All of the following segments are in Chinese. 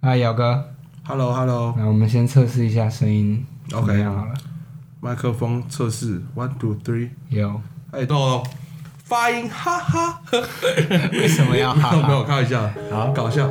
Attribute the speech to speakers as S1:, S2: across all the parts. S1: 啊，姚哥，
S2: Hello Hello，
S1: 那我们先测试一下声音怎么
S2: OK
S1: 样好了。
S2: 麦克风测试，one two three，
S1: 有，
S2: 哎，哦，发音，哈哈，
S1: 为什么要哈
S2: 没
S1: 哈？
S2: 有开玩笑，
S1: 好
S2: 搞笑。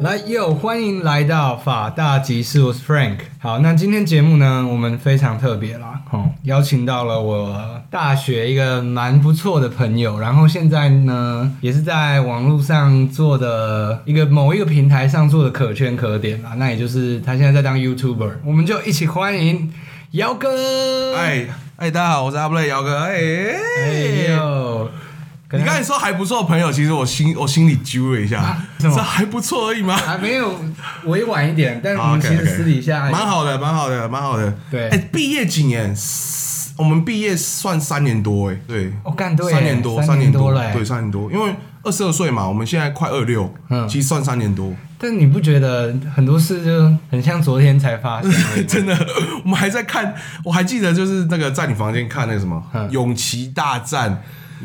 S1: 来又欢迎来到法大集市，我是 Frank。好，那今天节目呢，我们非常特别啦，哦，邀请到了我大学一个蛮不错的朋友，然后现在呢，也是在网络上做的一个某一个平台上做的可圈可点啦。那也就是他现在在当 YouTuber，我们就一起欢迎姚哥。
S2: 哎哎，大家好，我是阿布雷姚哥。哎，
S1: 哎呦，
S2: 你刚才说还不错的朋友，其实我心我心里揪了一下
S1: 啊，什
S2: 这
S1: 么
S2: 还不错而已嘛。
S1: 还没有委婉一点，但是我
S2: 好
S1: 们
S2: ，OK，
S1: 其实
S2: OK
S1: 私底下
S2: 啊蛮好的，蛮好的，蛮好的。
S1: 对
S2: 哎，毕业几年？嘶我们毕业算三年多，哎，对，
S1: 哦干对耶
S2: 三年多，
S1: 三年
S2: 年
S1: 多了哎耶
S2: 对，三年多，因为二十二岁嘛，我们现在快二六
S1: 嗯，
S2: 其实算三年多。
S1: 但你不觉得很多事就很像昨天才发生 而已吗？
S2: 真的，我们还在看，我还记得就是那个在你房间看那个什么
S1: 嗯
S2: 《勇骑大战》。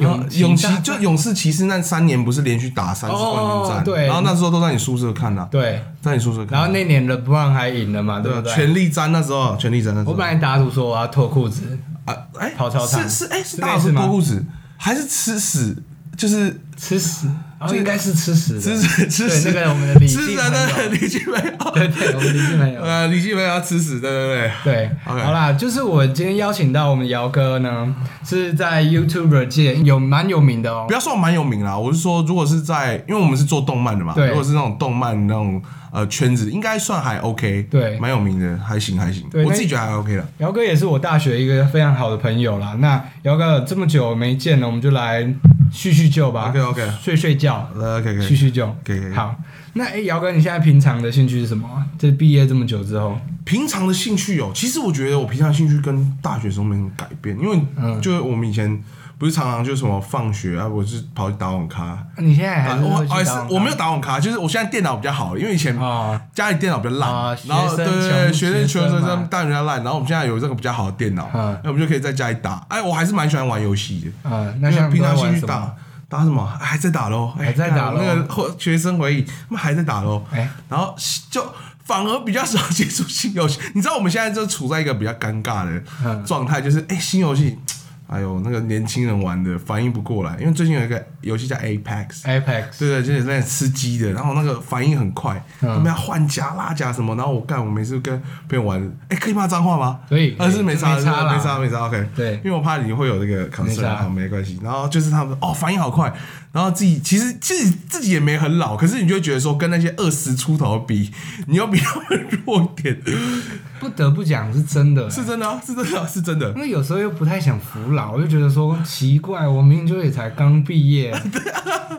S1: 勇
S2: 勇
S1: 骑大
S2: 勇
S1: 战
S2: 骑就勇士骑士那三年不是连续打三次冠军
S1: 哦
S2: 战，
S1: 对
S2: 然后那时候都在你宿舍看呐，
S1: 对，
S2: 在你宿舍看
S1: 然
S2: 啊，
S1: 后那年 LeBron 还赢了嘛，对不
S2: 对啊
S1: 对？
S2: 权力战那时候权力战那时
S1: 我
S2: 候
S1: 本来打赌说我要脱裤子，
S2: 啊哎
S1: 跑操场
S2: 是是哎是
S1: 是
S2: 大
S1: 那次
S2: 是
S1: 吗
S2: 脱裤子还是吃屎就是
S1: 吃屎，哦、应该是吃屎的，
S2: 吃屎吃屎
S1: 对那个我们的李
S2: 吃
S1: 记
S2: 屎
S1: 朋友
S2: 的李继梅，
S1: 对对，我们李记朋友。
S2: 呃李继梅要吃屎对对对，
S1: 对
S2: OK
S1: 好啦，就是我今天邀请到我们姚哥呢，是在 YouTuber 界有蛮有名的哦
S2: 不。要说我蛮有名啦，我是说，如果是在，因为我们是做动漫的嘛，
S1: 对
S2: 如果是那种动漫那种呃圈子，应该算还 OK，
S1: 对
S2: 蛮有名的，还行还行
S1: 对，
S2: 我
S1: 那
S2: 自己觉得还 OK 了。
S1: 姚哥也是我大学一个非常好的朋友啦。那姚哥这么久没见了，我们就来叙叙旧吧。
S2: OK OK
S1: 睡睡觉，
S2: 呃，OK
S1: 叙
S2: OK，
S1: 叙旧。
S2: 可以可以
S1: 好，那哎，姚哥，你现在平常的兴趣是什么啊？这毕业这么久之后，
S2: 平常的兴趣哦、其实我觉得我平常兴趣跟大学生没什么改变，因
S1: 嗯
S2: 为就是我们以前不是常常就什么放学啊，我是跑去打网咖。
S1: 你现在还
S2: 啊
S1: 是
S2: 我
S1: 哎会去
S2: 啊是
S1: 打网
S2: 我没有
S1: 咖
S2: 打网咖，就是我现在电脑比较好了，因为以前
S1: 啊，
S2: 家里电脑比较烂，
S1: 啊
S2: 然后
S1: 学
S2: 对
S1: 生
S2: 对对，
S1: 穷
S2: 学
S1: 学
S2: 生穷
S1: 生
S2: 学
S1: 嘛
S2: 生当然比较烂，然后我们现在有这个比较好的电脑，
S1: 嗯
S2: 那我们就可以在家里打。哎，我还是蛮喜欢玩游戏的，
S1: 嗯，那像
S2: 平常
S1: 都在
S2: 兴
S1: 玩
S2: 趣
S1: 什么？
S2: 打打什么还在打喽，哎
S1: 还在打咯
S2: 那个后学生回忆，他们还在打喽，
S1: 哎，
S2: 然后就反而比较少接触新游戏。 你知道我们现在就处在一个比较尴尬的
S1: 嗯
S2: 状态，就是哎、新游戏。哎呦，那个年轻人玩的反应不过来，因为最近有一个游戏叫 Apex，
S1: Apex，
S2: 对对，就是在吃鸡的，然后那个反应很快，
S1: 嗯
S2: 他们要换甲、拉甲什么，然后我干，我每次跟朋友玩，哎、可以骂脏话吗？啊
S1: 可以
S2: 但是没差，
S1: 没差啦
S2: 没差，没差，OK。
S1: 对
S2: 因为我怕你会有这个 c o
S1: 没
S2: n c
S1: 差
S2: 好，没关系。然后就是他们哦，反应好快，然后自己其实自己自己也没很老，可是你就会觉得说跟那些二十出头比，你要比他们弱一点，
S1: 不得不讲是真的，
S2: 是真的、啊，是真的啊、是真的
S1: 因。为有时候又不太想服老，我就觉得说奇怪，我明明就也才刚毕 业，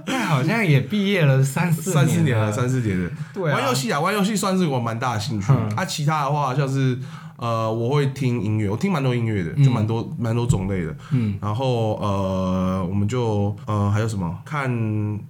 S1: 但好像也毕业了三四
S2: 啊三四
S1: 年
S2: 年
S1: 了
S2: 了，，三四年了。
S1: 对啊
S2: 玩游戏啊，玩游戏算是我蛮大的兴趣。
S1: 嗯
S2: 啊，其他的话像是呃，我会听音乐，我听蛮多音乐的，就蛮多蛮多种类的。
S1: 嗯，
S2: 然后呃，我们就呃还有什么看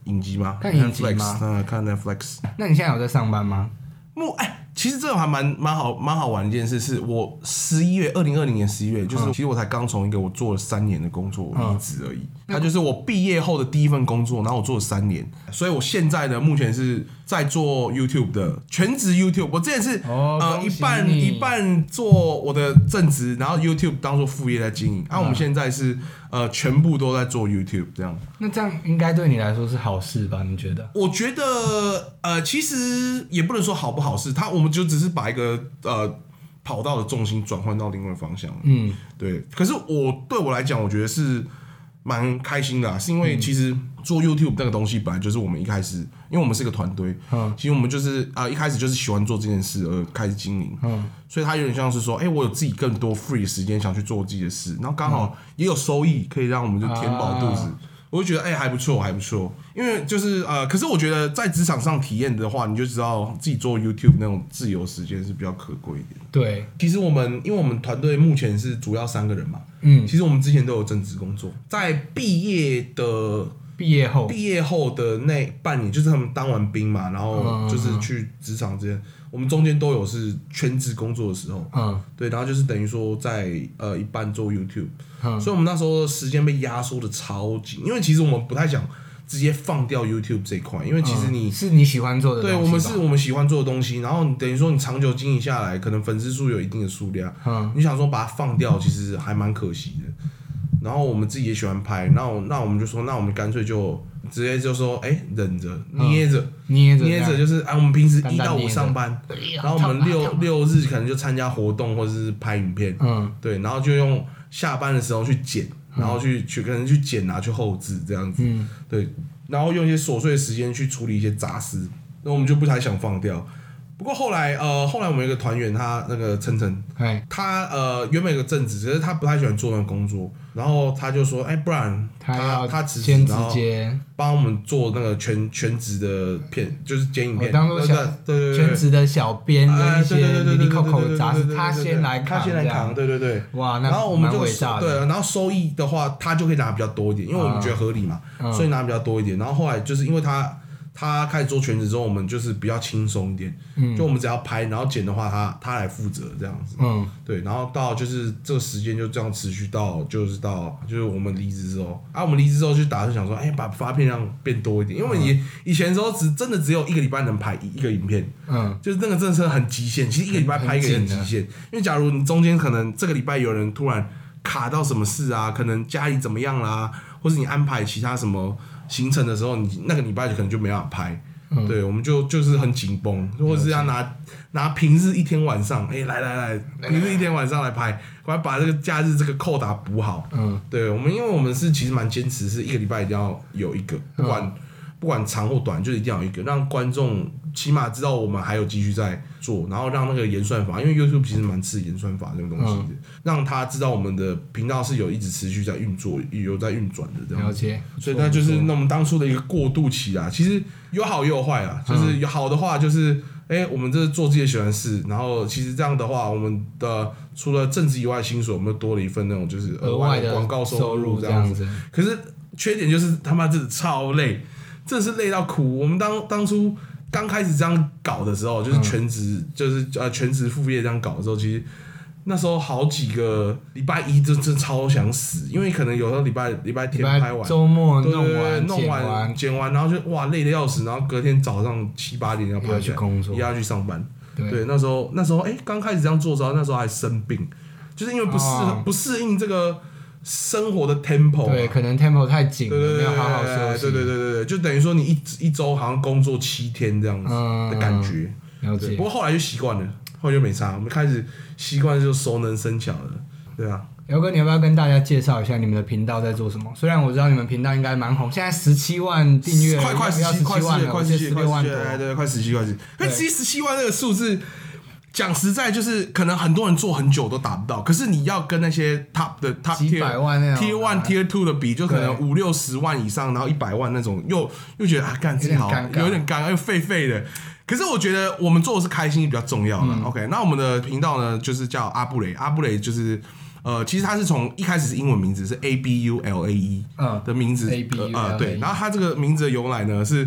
S2: 影集吗？
S1: 看影集
S2: Netflix，
S1: 吗
S2: 嗯，看 Netflix。
S1: 那你现在有在上班吗？
S2: 目哎，其实这个还蛮蛮好蛮好玩的一件事，是我十一月二零二零年十一月，就是其实我才刚从一个我做了三年的工作
S1: 嗯
S2: 离职而已。它就是我毕业后的第一份工作，然后我做了三年，所以我现在呢目前是在做 YouTube 的全职 YouTube。我之前是、
S1: 哦
S2: 呃一
S1: 恭喜
S2: 半
S1: 你
S2: 一半做我的正职，然后 YouTube 当做副业在经营。
S1: 嗯
S2: 啊，我们现在是呃全部都在做 YouTube 这样。
S1: 那这样应该对你来说是好事吧？你觉得？
S2: 我觉得呃，其实也不能说好不好事，他我们就只是把一个呃跑道的重心转换到另外一个方向。
S1: 嗯，
S2: 对，可是我对我来讲，我觉得是蛮开
S1: 嗯
S2: 心的、啊，是因为其实做 YouTube 那个东西本来就是我们一开始，因为我们是个团队，
S1: 嗯
S2: 其实我们就是啊、呃一开始就是喜欢做这件事而开始经营，
S1: 嗯，
S2: 所以它有点像是说，哎、我有自己更多 free 时间想去做自己的事，然后
S1: 嗯
S2: 刚好也有收益可以让我们就填饱肚子。我就觉得哎、还不错，还不错，因为就是呃，可是我觉得在职场上体验的话，你就知道自己做 YouTube 那种自由时间是比较可贵一点的。
S1: 对，
S2: 其实我们因为我们团队目前是主要三个人嘛，
S1: 嗯
S2: 其实我们之前都有正职工作，在毕业的
S1: 毕业后，
S2: 毕业后的那半年，就是他们当完兵嘛，然后就是去职场之间，我们中间都有是全职工作的时候，
S1: 嗯
S2: 对，然后就是等于说在呃一半做 YouTube，、
S1: 嗯
S2: 所以我们那时候时间被压缩的超紧，因为其实我们不太想直接放掉 YouTube 这一块，因为其实你、
S1: 嗯是你喜欢做的东
S2: 对
S1: 西吧，
S2: 我们是我们喜欢做的东西，然后你等于说你长久经营下来，可能粉丝数有一定的数量，
S1: 嗯
S2: 你想说把它放掉，其实还蛮可惜的。然后我们自己也喜欢拍，那我那我们就说，那我们干脆就直接就说，哎、忍着，捏着，
S1: 嗯捏着
S2: 捏
S1: 这
S2: 着
S1: 样
S2: 就是，哎、我们平时
S1: 淡
S2: 一
S1: 淡
S2: 到
S1: 捏
S2: 五
S1: 着
S2: 上班，然后我们六六日可能就参加活动或者是拍影片，
S1: 嗯
S2: 对，然后就用下班的时候去剪，然后去去可能去剪拿去后置这样子，
S1: 嗯
S2: 对，然后用一些琐碎的时间去处理一些杂事，那我们就不太想放掉。不过后来呃，后来我们有一个团员他那个晨晨，
S1: 哎，
S2: 他呃原本有个正职，可是他不太喜欢做那个工作，然后他就说，哎、不然
S1: 他
S2: 他
S1: 要
S2: 他辞职
S1: 先直
S2: 然后
S1: 接
S2: 帮我们做那个全全职的片，就是剪影片，
S1: 我当做
S2: 对
S1: 小
S2: 对对对
S1: 全职的小编跟
S2: 哎
S1: 一
S2: 对对
S1: 些
S2: 对对
S1: 里
S2: 对
S1: 里
S2: 对
S1: 扣扣的
S2: 对
S1: 杂
S2: 对
S1: 事，
S2: 对
S1: 他
S2: 对
S1: 先
S2: 对
S1: 来
S2: 他
S1: 扛，
S2: 先来扛，，对对对。
S1: 哇，啊那
S2: 然后我们
S1: 蛮
S2: 就
S1: 伟大
S2: 对，啊
S1: 的，
S2: 然后收益的话，他就可以拿比较多一点，因为我们觉得合理嘛，
S1: 嗯
S2: 所以拿比较多一点。然后后来就是因为他他开始做全职之后，我们就是比较轻松一点，就我们只要拍，然后剪的话，他他来负责这样子。
S1: 嗯
S2: 对，然后到就是这个时间就这样持续到就是到就是我们离职之后啊，我们离职之后就打算想说，哎、把发片量变多一点，因
S1: 嗯
S2: 为你以前的时候只真的只有一个礼拜能拍一一个影片，
S1: 嗯
S2: 就是那个政策很极限，其实一个礼拜拍一个也很极啊限。因为假如你中间可能这个礼拜有人突然卡到什么事啊，可能家里怎么样啦，或是你安排其他什么行程的时候，你那个礼拜就可能就没办法拍。对，我们就就是很紧绷，或者是要拿拿平日一天晚上，哎、来来来，平日一天晚上来拍，我要把这个假日这个扣打补好。
S1: 嗯，
S2: 对我们，因为我们是其实蛮坚持，是一个礼拜一定要有一个，不管、不管长或短，就是一定要有一个，让观众起码知道我们还有继续在做，然后让那个演算法，因为 YouTube 其实蛮吃演算法这种东西的，让他知道我们的频道是有一直持续在运作，有在运转的这样
S1: 了
S2: 子。
S1: 解，
S2: 所以那就是那我们当初的一个过渡期啦。其实有好也有坏啦，就是
S1: 嗯
S2: 有好的话就是，哎、我们这是做自己的喜欢的事，然后其实这样的话，我们的除了正职以外的薪水，我们又多了一份那种就是
S1: 额外的
S2: 广告
S1: 收
S2: 入
S1: 这
S2: 样
S1: 样
S2: 子。
S1: 子，
S2: 可是缺点就是他妈真的超累，真的是累到哭。我们当当初刚开始这样搞的时候，
S1: 嗯
S2: 就是全职，就是呃全职副业这样搞的时候，其实。那时候好几个礼拜一真真超想死，因为可能有时候礼拜礼拜
S1: 礼
S2: 天
S1: 拜
S2: 拍完，
S1: 周末
S2: 对
S1: 弄
S2: 对对
S1: 完
S2: 弄
S1: 剪
S2: 完
S1: 完，
S2: 剪完，然后就哇累的要死，然后隔天早上七八点要爬
S1: 又要去
S2: 起来
S1: 工作
S2: 也要去上班。
S1: 对，
S2: 对，那时候那时候哎，刚开始这样做的时候，那时候还生病，就是因为不适合
S1: 哦
S2: 不适应这个生活的 tempo 嘛。
S1: 对，可能 tempo 太紧了，
S2: 对对
S1: 没
S2: 对，
S1: 有好好休息，
S2: 对对对对对，就等于说你一一周好像工作七天这样子
S1: 嗯
S2: 的感觉。
S1: 了
S2: 对，
S1: 解
S2: 不。过后来就习惯了，后来就没差，我们开始习惯就熟能生巧了。对啊，
S1: 姚哥，你要不要跟大家介绍一下你们的频道在做什么？虽然我知道你们频道应该蛮红，现在十七万订阅，
S2: 快快十
S1: 要要
S2: 七，快
S1: 17万
S2: 十
S1: 了，
S2: 快
S1: 十
S2: 十七，快
S1: 六万
S2: 17哎
S1: 多。
S2: 对，快十七，快十七。
S1: 对
S2: 但其实十七万这个数字，讲实在就是，可能很多人做很久都达不到。可是你要跟那些 top 的 top
S1: 几
S2: tier
S1: 百万那种啊
S2: tier one tier two 的比，就可能
S1: 对
S2: 五六十万以上，然后一百万那种，又又觉得啊，干自己好
S1: 有点尴尬
S2: 有点尴尬，又废废的。可是我觉得我们做的是开心比较重要了。OK，那我
S1: 嗯
S2: 们的频道呢，就是叫阿布雷，阿布雷就是。呃，其实它是从一开始是英文名字是 A B U L A E
S1: 嗯
S2: 的名字
S1: ABULAE
S2: 呃对，然后它这个名字的由来呢是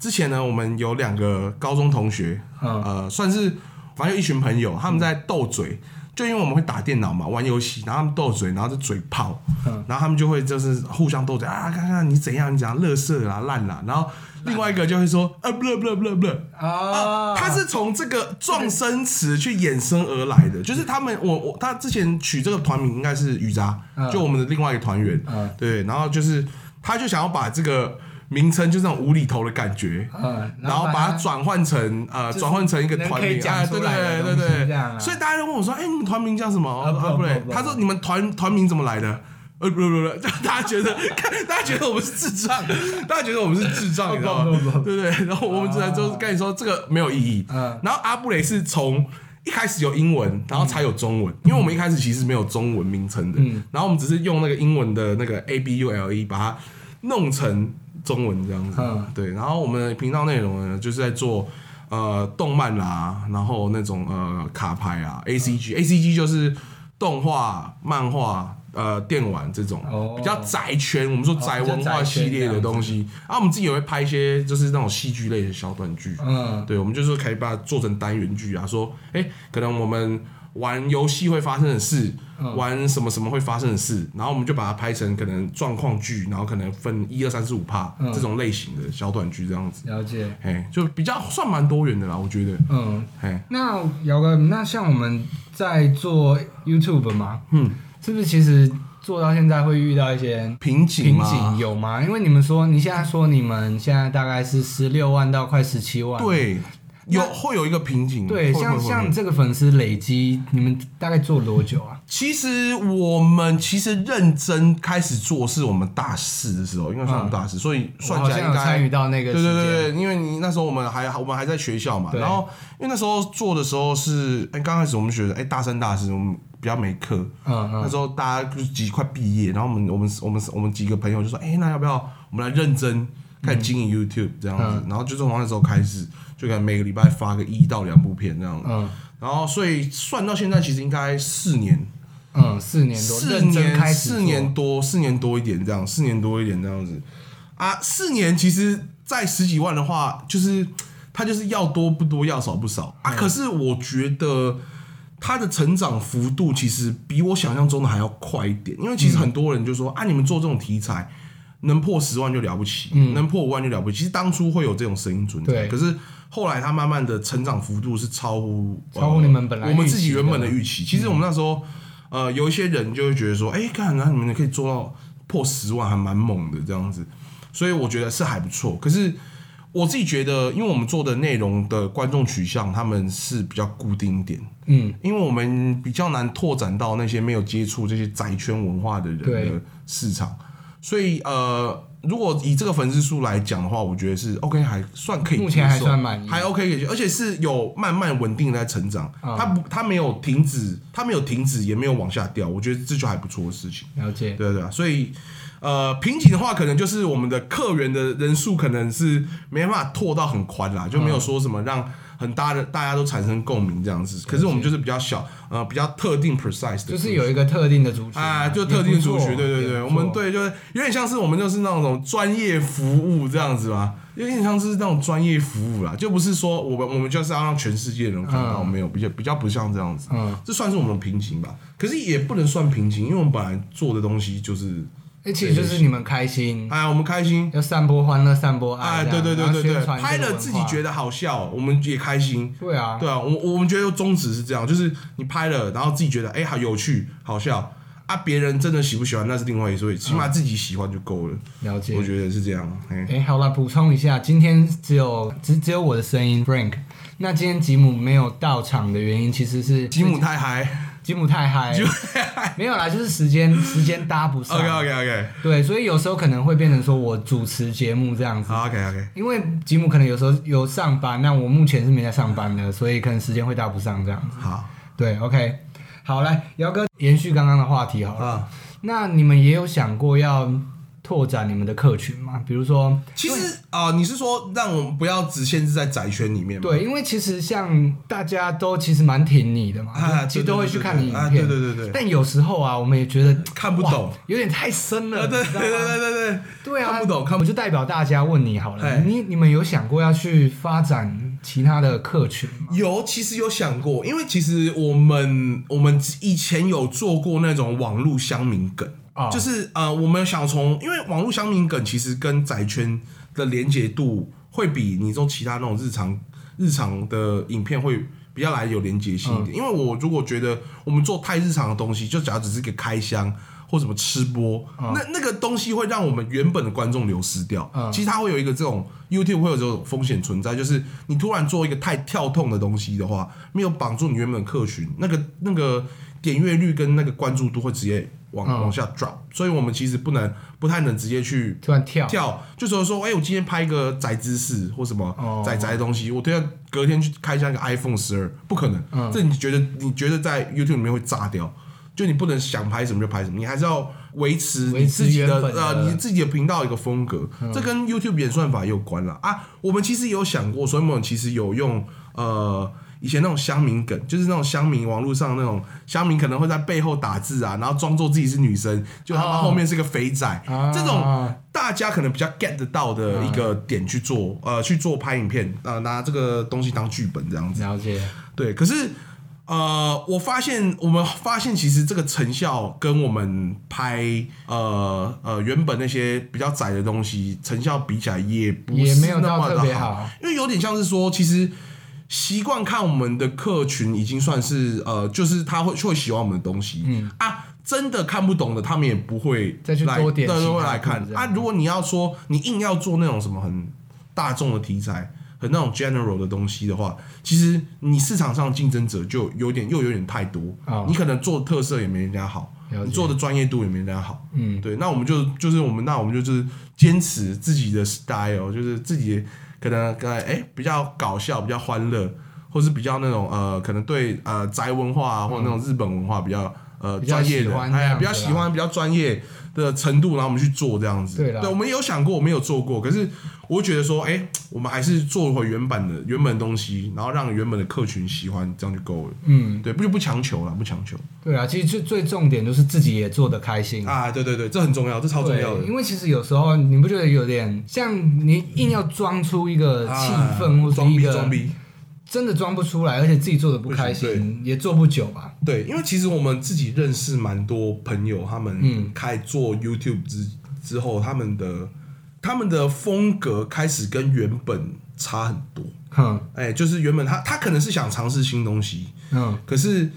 S2: 之前呢我们有两个高中同学，
S1: 嗯
S2: 呃算是反正有一群朋友他们在斗嘴，就因为我们会打电脑嘛玩游戏，然后他们斗嘴，然后就嘴炮，然后他们就会就是互相斗嘴啊，看看你怎样你怎样，乐色啦烂啦，然后另外一个就会说啊不不不不不。
S1: 啊
S2: 啊，它是从这个撞声词去衍生而来
S1: 嗯
S2: 的，就是他们，我我他之前取这个团名应该是雨渣，就我们的另外一个团员
S1: 嗯，
S2: 对，然后就是他就想要把这个名称就是那种无厘头的感觉，
S1: 嗯，
S2: 然后把它转换成呃，转换成一个
S1: 能
S2: 团
S1: 可以
S2: 名，
S1: 讲
S2: 哎，
S1: 出
S2: 对对
S1: 来的
S2: 对
S1: 东西
S2: 对
S1: 这样啊
S2: 对，所以大家都问我说，哎，你们团名叫什么？
S1: 啊
S2: 啊
S1: 不
S2: 啊，不对
S1: 不，不
S2: 他说你们团团名怎么来的？呃，不不不， 不大家觉得，看大家觉得我们是智障，大家觉得我们是智障，你知道
S1: 不不不
S2: 吗
S1: 不？
S2: 对不对？然后我们只能就是跟你说这个没有意义。
S1: 啊嗯
S2: 然后阿布雷是从一开始有英文，然后才有中文，因为我们一开始其实没有中文名称的，
S1: 嗯
S2: 然后我们只是用那个英文的那个 A B U L E 把它弄成中文这样子。
S1: 嗯
S2: 对，然后我们的频道内容呢，就是在做呃动漫啦，然后那种呃卡牌啊，A C G，A C G 就是动画、漫画、呃电玩这种、
S1: 哦
S2: 比较宅圈，我们说宅文化系列的东西。啊，我们自己也会拍一些就是那种戏剧类的小短剧。
S1: 嗯
S2: 对，我们就是可以把它做成单元剧啊，说哎、可能我们。玩游戏会发生的事，
S1: 嗯
S2: 玩什么什么会发生的事，然后我们就把它拍成可能状况剧，然后可能分一二三四五趴
S1: 嗯
S2: 这种类型的小短剧这样子，
S1: 了解。
S2: 哎，就比较算蛮多元的啦，我觉得，
S1: 嗯，
S2: 哎，
S1: 那姚哥，那像我们在做 YouTube 嘛，嗯，是不是其实做到现在会遇到一些
S2: 瓶颈
S1: 瓶
S2: 嘛
S1: 颈？有吗？因为你们说你现在说你们现在大概是十六万到快十七万，
S2: 对，有会有一个瓶颈。
S1: 对，
S2: 会
S1: 像
S2: 会会
S1: 像这个粉丝累积，你们大概做多久啊？
S2: 其实我们其实认真开始做是我们大四的时候，因为算我们大四，所以
S1: 嗯我
S2: 算
S1: 好
S2: 起来
S1: 像
S2: 应
S1: 有参与
S2: 该。
S1: 到那个
S2: 对
S1: 时
S2: 对
S1: 间，
S2: 对对，因为你那时候我们还我们还在学校嘛，
S1: 对
S2: 然后因为那时候做的时候是，哎，刚开始我们学的，哎，大三大四我们比较没课，
S1: 嗯嗯
S2: 那时候大家就是几快毕业，然后我们我们我们我们几个朋友就说，哎、那要不要我们来认真开始经营
S1: 嗯
S2: YouTube 这样子？然后就从那时候开始，就可能每个礼拜发个一到两部片这样子。
S1: 嗯
S2: 然后所以算到现在，其实应该四年，
S1: 嗯，四年多，
S2: 四
S1: 认真
S2: 年
S1: 开始做
S2: 四年多，四年多一点这样，四年多一点这样子。啊，四年其实，在十几万的话，就是它就是要多不多，要少不少
S1: 嗯
S2: 啊。可是我觉得它的成长幅度其实比我想象中的还要快一点，因为其
S1: 嗯
S2: 实很多人就说、啊，你们做这种题材。能破十万就了不起，能破五万就了不起。其实当初会有这种声音存在，
S1: 嗯对
S2: 可是后来它慢慢的成长幅度是超乎
S1: 超乎你们本来
S2: 我们自己
S1: 预期的
S2: 原本的预期。其实我们那时候，呃，有一些人就会觉得说，哎、看那你们可以做到破十万，还蛮猛的这样子，所以我觉得是还不错。可是我自己觉得，因为我们做的内容的观众取向，他们是比较固定一点，
S1: 嗯，
S2: 因为我们比较难拓展到那些没有接触这些宅圈文化的人
S1: 对
S2: 的市场，所以呃。如果以这个粉丝数来讲的话，我觉得是 OK，还算可以接受，
S1: 目前还算满意
S2: 还 OK 可以接受，而且是有慢慢稳定的在成长，
S1: 啊
S2: 它不，它没有停止，它没有停止，也没有往下掉，我觉得这就还不错的事情。
S1: 了解，
S2: 对对啊，所以呃，瓶颈的话，可能就是我们的客源的人数可能是没办法拓到很宽
S1: 啊
S2: 啦，就没有说什么让很大的大家都产生共鸣这样子。可是我们就是比较小，呃，比较特定 precise 的，
S1: 就是有一个特定的族群
S2: 啊，就特定族群，对对对，我们。
S1: 也不错也不错
S2: 对就是有点像是我们就是那种专业服务这样子嘛，有点像是那种专业服务啦，就不是说我们我们就是要让全世界的人看到，没有比较比较不像这样子，
S1: 嗯，
S2: 这算是我们的瓶颈吧，可是也不能算瓶颈，因为我们本来做的东西就是，
S1: 哎，其实就是你们开心，
S2: 哎，我们开心，
S1: 要散播欢乐，散播爱
S2: 哎，
S1: 这
S2: 对
S1: 样，
S2: 对对
S1: 然后
S2: 对对
S1: 宣，传
S2: 拍
S1: 这个
S2: 了
S1: 文
S2: 自己
S1: 化
S2: 觉得好笑，我们也开心，
S1: 对啊，
S2: 对啊，我我们觉得宗旨是这样，就是你拍了，然后自己觉得哎、好有趣好笑啊，别人真的喜不喜欢那是另外一回事，起码自己喜欢就够了。
S1: 了解
S2: 我。觉得是这样。哎、
S1: 哎，好了，补充一下，今天只有只只有我的声音，Frank。那今天吉姆没有到场的原因，其实是
S2: 吉姆太嗨
S1: 吉姆太嗨 了，没有啦，就是时间时间搭不上。
S2: ，OK OK OK
S1: 对，所以有时候可能会变成说我主持节目这样子，
S2: 好 OK OK，
S1: 因为吉姆可能有时候有上班，那我目前是没在上班的，所以可能时间会搭不上这样子。
S2: 好
S1: 对，OK，好，来，姚哥延续刚刚的话题好了。
S2: 啊。
S1: 那你们也有想过要拓展你们的客群吗？比如说，
S2: 其实啊、你是说让我们不要只限制在宅圈里面吗？
S1: 对，因为其实像大家都其实蛮挺你的嘛，
S2: 啊
S1: 就其实
S2: 对对
S1: 都会
S2: 对
S1: 去
S2: 对
S1: 看你影
S2: 对啊
S1: 片，
S2: 对对对对
S1: 但有时候啊，我们也觉得
S2: 看不
S1: 哇
S2: 懂
S1: 有点太深了，
S2: 啊，对
S1: 你知
S2: 对
S1: 道
S2: 对
S1: 吗
S2: 对对对，
S1: 对啊，
S2: 看不懂看不
S1: 我就代表大家问你好了，
S2: 哎
S1: 你你们有想过要去发展其他的客群吗？
S2: 有，其实有想过，因为其实我们我们以前有做过那种网络乡民梗，
S1: 啊
S2: 就是呃，我们想从，因为网络乡民梗其实跟宅圈的连结度会比你说其他那种日常日常的影片会。比较来有连结性一点，因为我如果觉得我们做太日常的东西，就假如只是一个开箱或什么吃播，那那个东西会让我们原本的观众流失掉。
S1: 嗯
S2: 其实它会有一个这种 YouTube 会有这种风险存在，就是你突然做一个太跳痛的东西的话，没有绑住你原本的客群，那个那个点阅率跟那个关注度会直接往、往下 drop，所以我们其实不能不太能直接去
S1: 突然跳，
S2: 跳，就只能说，哎、我今天拍一个宅知识或什
S1: 哦
S2: 么宅宅的东西，我等一下隔天去开箱一个 iPhone 十二，不可能。
S1: 嗯
S2: 这你觉得你觉得在 YouTube 里面会炸掉？就你不能想拍什么就拍什么，你还是要维持
S1: 维
S2: 你
S1: 持
S2: 自己的
S1: 原本的
S2: 呃你自己的频道一个风格，这跟 YouTube 演算法也有关了啊。我们其实也有想过，所以我们其实有用呃以前那种乡民梗，就是那种乡民网络上那种乡民可能会在背后打字啊，然后装作自己是女生，就他妈
S1: 哦
S2: 后面是个肥仔，
S1: 啊
S2: 这种大家可能比较 get 得到的一个点去做，呃，去做拍影片，呃，拿这个东西当剧本这样子。
S1: 了解，
S2: 对，可是呃，我发现我们发现其实这个成效跟我们拍呃呃原本那些比较窄的东西成效比起来，也不
S1: 也
S2: 是
S1: 没有
S2: 那
S1: 到
S2: 么
S1: 特别
S2: 的
S1: 好
S2: 因为有点像是说，其实。习惯看我们的客群已经算是呃，就是他会会喜欢我们的东西，嗯啊，真的看不懂的，他们也不会
S1: 再去
S2: 来
S1: 多点
S2: 对
S1: 其他
S2: 都会来看
S1: 部分这样
S2: 啊。如果你要说你硬要做那种什么很大众的题材，很那种 general 的东西的话，其实你市场上竞争者就有点又有点太多，
S1: 哦
S2: 你可能做的特色也没人家好，
S1: 了解
S2: 你做的专业度也没人家好。
S1: 嗯，
S2: 对，那我们就就是我们那我们就是坚持自己的 style，就是自己可能呃哎、比较搞笑，比较欢乐，或是比较那种呃可能对呃宅文化啊，或者那种日本文化比较呃
S1: 嗯比较
S2: 专业
S1: 喜
S2: 的，
S1: 欢这
S2: 哎
S1: 样
S2: 比较
S1: 子
S2: 喜
S1: 啦
S2: 欢比较专业的程度，然后我们去做这样子。
S1: 对啦
S2: 我们也有想过，我们有做过，可是我会觉得说，哎、我们还是做回原版的原本的东西，然后让原本的客群喜欢，这样就够了。
S1: 嗯，
S2: 对，不就不强求了，不强求
S1: 对啊，其实最最重点就是自己也做得开心。
S2: 啊！对对对，这很重要，这超重
S1: 对
S2: 要的，。
S1: 因为其实有时候你不觉得有点像你硬要装出一个气
S2: 啊
S1: 氛，或者
S2: 装
S1: 一
S2: 逼
S1: 个
S2: 装逼，
S1: 真的装不出来，而且自己做的不开
S2: 不
S1: 心，也做不久吧。
S2: 对，因为其实我们自己认识蛮多朋友，他
S1: 嗯
S2: 们开做 YouTube 之之后，他们的他们的风格开始跟原本差很多。
S1: 哼，
S2: 哎、就是原本他他可能是想尝试新东西，
S1: 嗯，
S2: 可是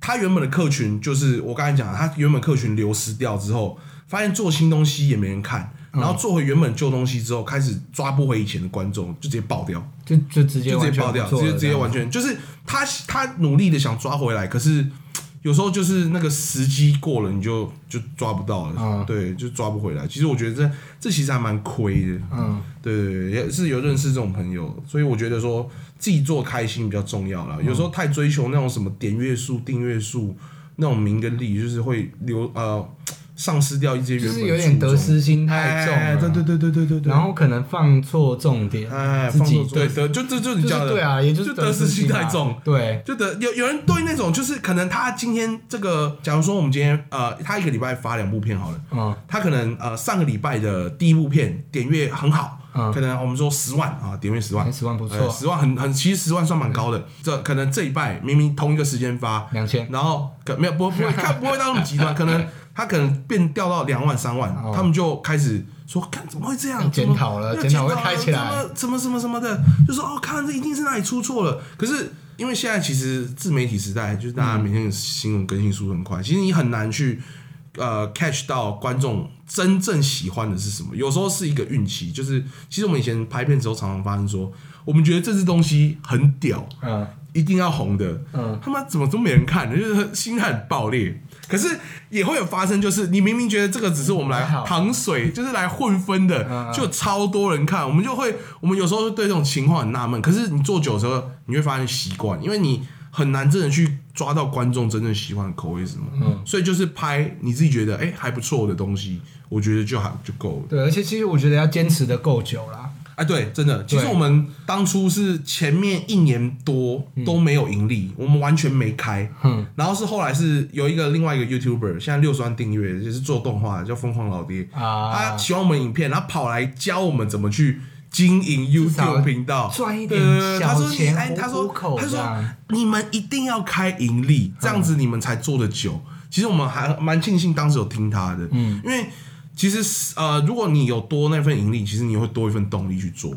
S2: 他原本的客群就是我刚才讲的，他原本客群流失掉之后，发现做新东西也没人看，
S1: 嗯
S2: 然后做回原本旧东西之后，开始抓不回以前的观众，就直接爆掉。
S1: 就就直接
S2: 就直
S1: 完
S2: 接
S1: 全
S2: 爆掉，
S1: 不
S2: 直
S1: 做
S2: 接
S1: 了
S2: 直接完全就是他他努力的想抓回来，可是有时候就是那个时机过了，你就就抓不到了，
S1: 嗯
S2: 对，就抓不回来。其实我觉得这这其实还蛮亏的，
S1: 这样嗯，
S2: 对对对，也是有认识这种朋友，所以我觉得说自己做开心比较重要啦。有
S1: 嗯
S2: 时候太追求那种什么点阅数、订阅数那种名跟利，就是会流呃丧失掉一些原
S1: 就
S2: 本
S1: 是有点
S2: 初衷
S1: 得失心太
S2: 哎
S1: 重了，
S2: 对对对对对对对，
S1: 然后可能放错重点，
S2: 哎，
S1: 自
S2: 放
S1: 己
S2: 纵对得就这就你
S1: 就
S2: 讲
S1: 是
S2: 的
S1: 对啊，也就
S2: 就是得失心太
S1: 啊
S2: 重，
S1: 对，
S2: 就得有有人对那种就是可能他今天这个，假如说我们今天呃，他一个礼拜发两部片好了，
S1: 嗯
S2: 他可能呃上个礼拜的第一部片点阅很好，
S1: 嗯哎
S2: 可能我们说十万啊，点阅十万，
S1: 十万不错嗯
S2: 呃十万很很其实十万算蛮高的，这可能这一拜明明同一个时间发，
S1: 两千，
S2: 然后可没有不不会看不会到那么极端，可能他可能变掉到两万三万
S1: 哦，
S2: 他们就开始说，看怎么会这样？
S1: 要检讨了
S2: 怎么
S1: 检讨
S2: 要
S1: 会开起来
S2: 怎么什么什么什么的，就说哦，看这一定是哪里出错了。可是因为现在其实自媒体时代，就是大家每天的新闻更新速度很快，其实你很难去。呃，catch 到观众真正喜欢的是什么？有时候是一个运气，就是其实我们以前拍片的时候常常发生说，我们觉得这支东西很屌，
S1: 嗯
S2: 一定要红的，
S1: 嗯，
S2: 他妈怎么都没人看，就是心态很爆裂。可是也会有发生，就是你明明觉得这个只是我们来
S1: 还好
S2: 淌水，就是来混分
S1: 嗯
S2: 的，
S1: 嗯
S2: 就超多人看，我们就会，我们有时候对这种情况很纳闷。可是你做久的时候，你会发现习惯，因为你很难真的去抓到观众真正喜欢的口味是什么。
S1: 嗯
S2: 所以就是拍你自己觉得哎、还不错的东西，我觉得就还就够了。
S1: 对，而且其实我觉得要坚持的够久啦，
S2: 哎，对，真的，其实
S1: 对
S2: 我们当初是前面一年多都没有盈利，我们完全没开。
S1: 嗯哼，
S2: 然后是后来是有一个另外一个 YouTuber，现在六十万订阅，就是做动画的，叫疯狂老爹，他
S1: 啊，
S2: 喜欢我们影片，然后跑来教我们怎么去经营
S1: 少
S2: YouTube 频道，
S1: 赚一
S2: 对
S1: 点
S2: 对对，他
S1: 小
S2: 说你
S1: 钱
S2: 哎，他
S1: 糊
S2: 说
S1: 口
S2: 他
S1: 这
S2: 说
S1: 样，嗯
S2: 你们一定要开盈利，这样子你们才做得久。其实我们还蛮庆幸当时有听他的，
S1: 嗯，
S2: 因为其实呃，如果你有多那份盈利，其实你会多一份动力去做。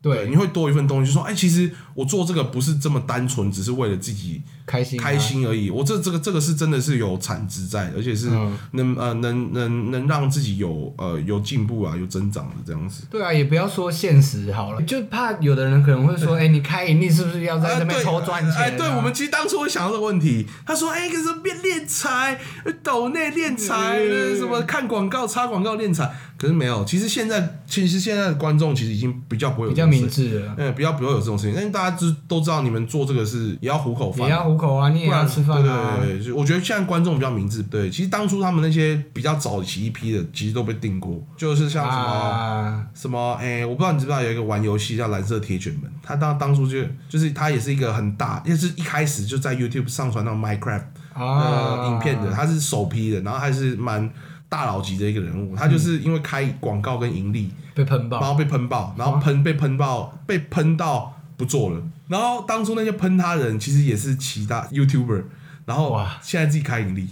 S1: 对，
S2: 你会多一份动力，就说，哎、其实我做这个不是这么单纯，只是为了自己
S1: 开心啊
S2: 开，心而已。我这这个这个是真的是有产值在，而且是
S1: 嗯
S2: 能、呃能能能让自己有呃有进步啊，有增长的这样子。
S1: 对啊，也不要说现实好了，就怕有的人可能会说，哎，你开盈利是不是要在这边
S2: 对
S1: 偷赚钱啊？
S2: 哎，对我们其实当初会想到这个问题。他说：“哎、可是变敛财，抖内敛财，
S1: 嗯
S2: 什么看广告、插广告敛财。”可是没有，其实现在其实现在的观众其实已经比较不会有
S1: 比
S2: 这
S1: 较
S2: 种
S1: 明
S2: 事
S1: 智了，
S2: 嗯，比较不会有这种事情，但是大家知都知道，你们做这个是也要糊口饭，
S1: 也要糊口啊，你也
S2: 不
S1: 要
S2: 然
S1: 吃饭啊
S2: 对。对对对，就我觉得现在观众比较明智。对，其实当初他们那些比较早期一批的，其实都被定过，就是像什么、
S1: 啊，
S2: 什么，哎、我不知道你知不知道有一个玩游戏叫《蓝色铁卷门》，他当当初就就是他也是一个很大，也是一开始就在 YouTube 上传那种 Minecraft
S1: 啊
S2: 呃影片的，他是首批的，然后还是蛮大佬级的一个人物，他就是因为开广告跟盈利，
S1: 被喷
S2: 然
S1: 爆，
S2: 后被喷爆，然
S1: 啊
S2: 后喷被喷爆，被喷到不做了。然后当初那些喷他的人，其实也是其他 YouTuber，然后
S1: 哇
S2: 现在自己开盈利，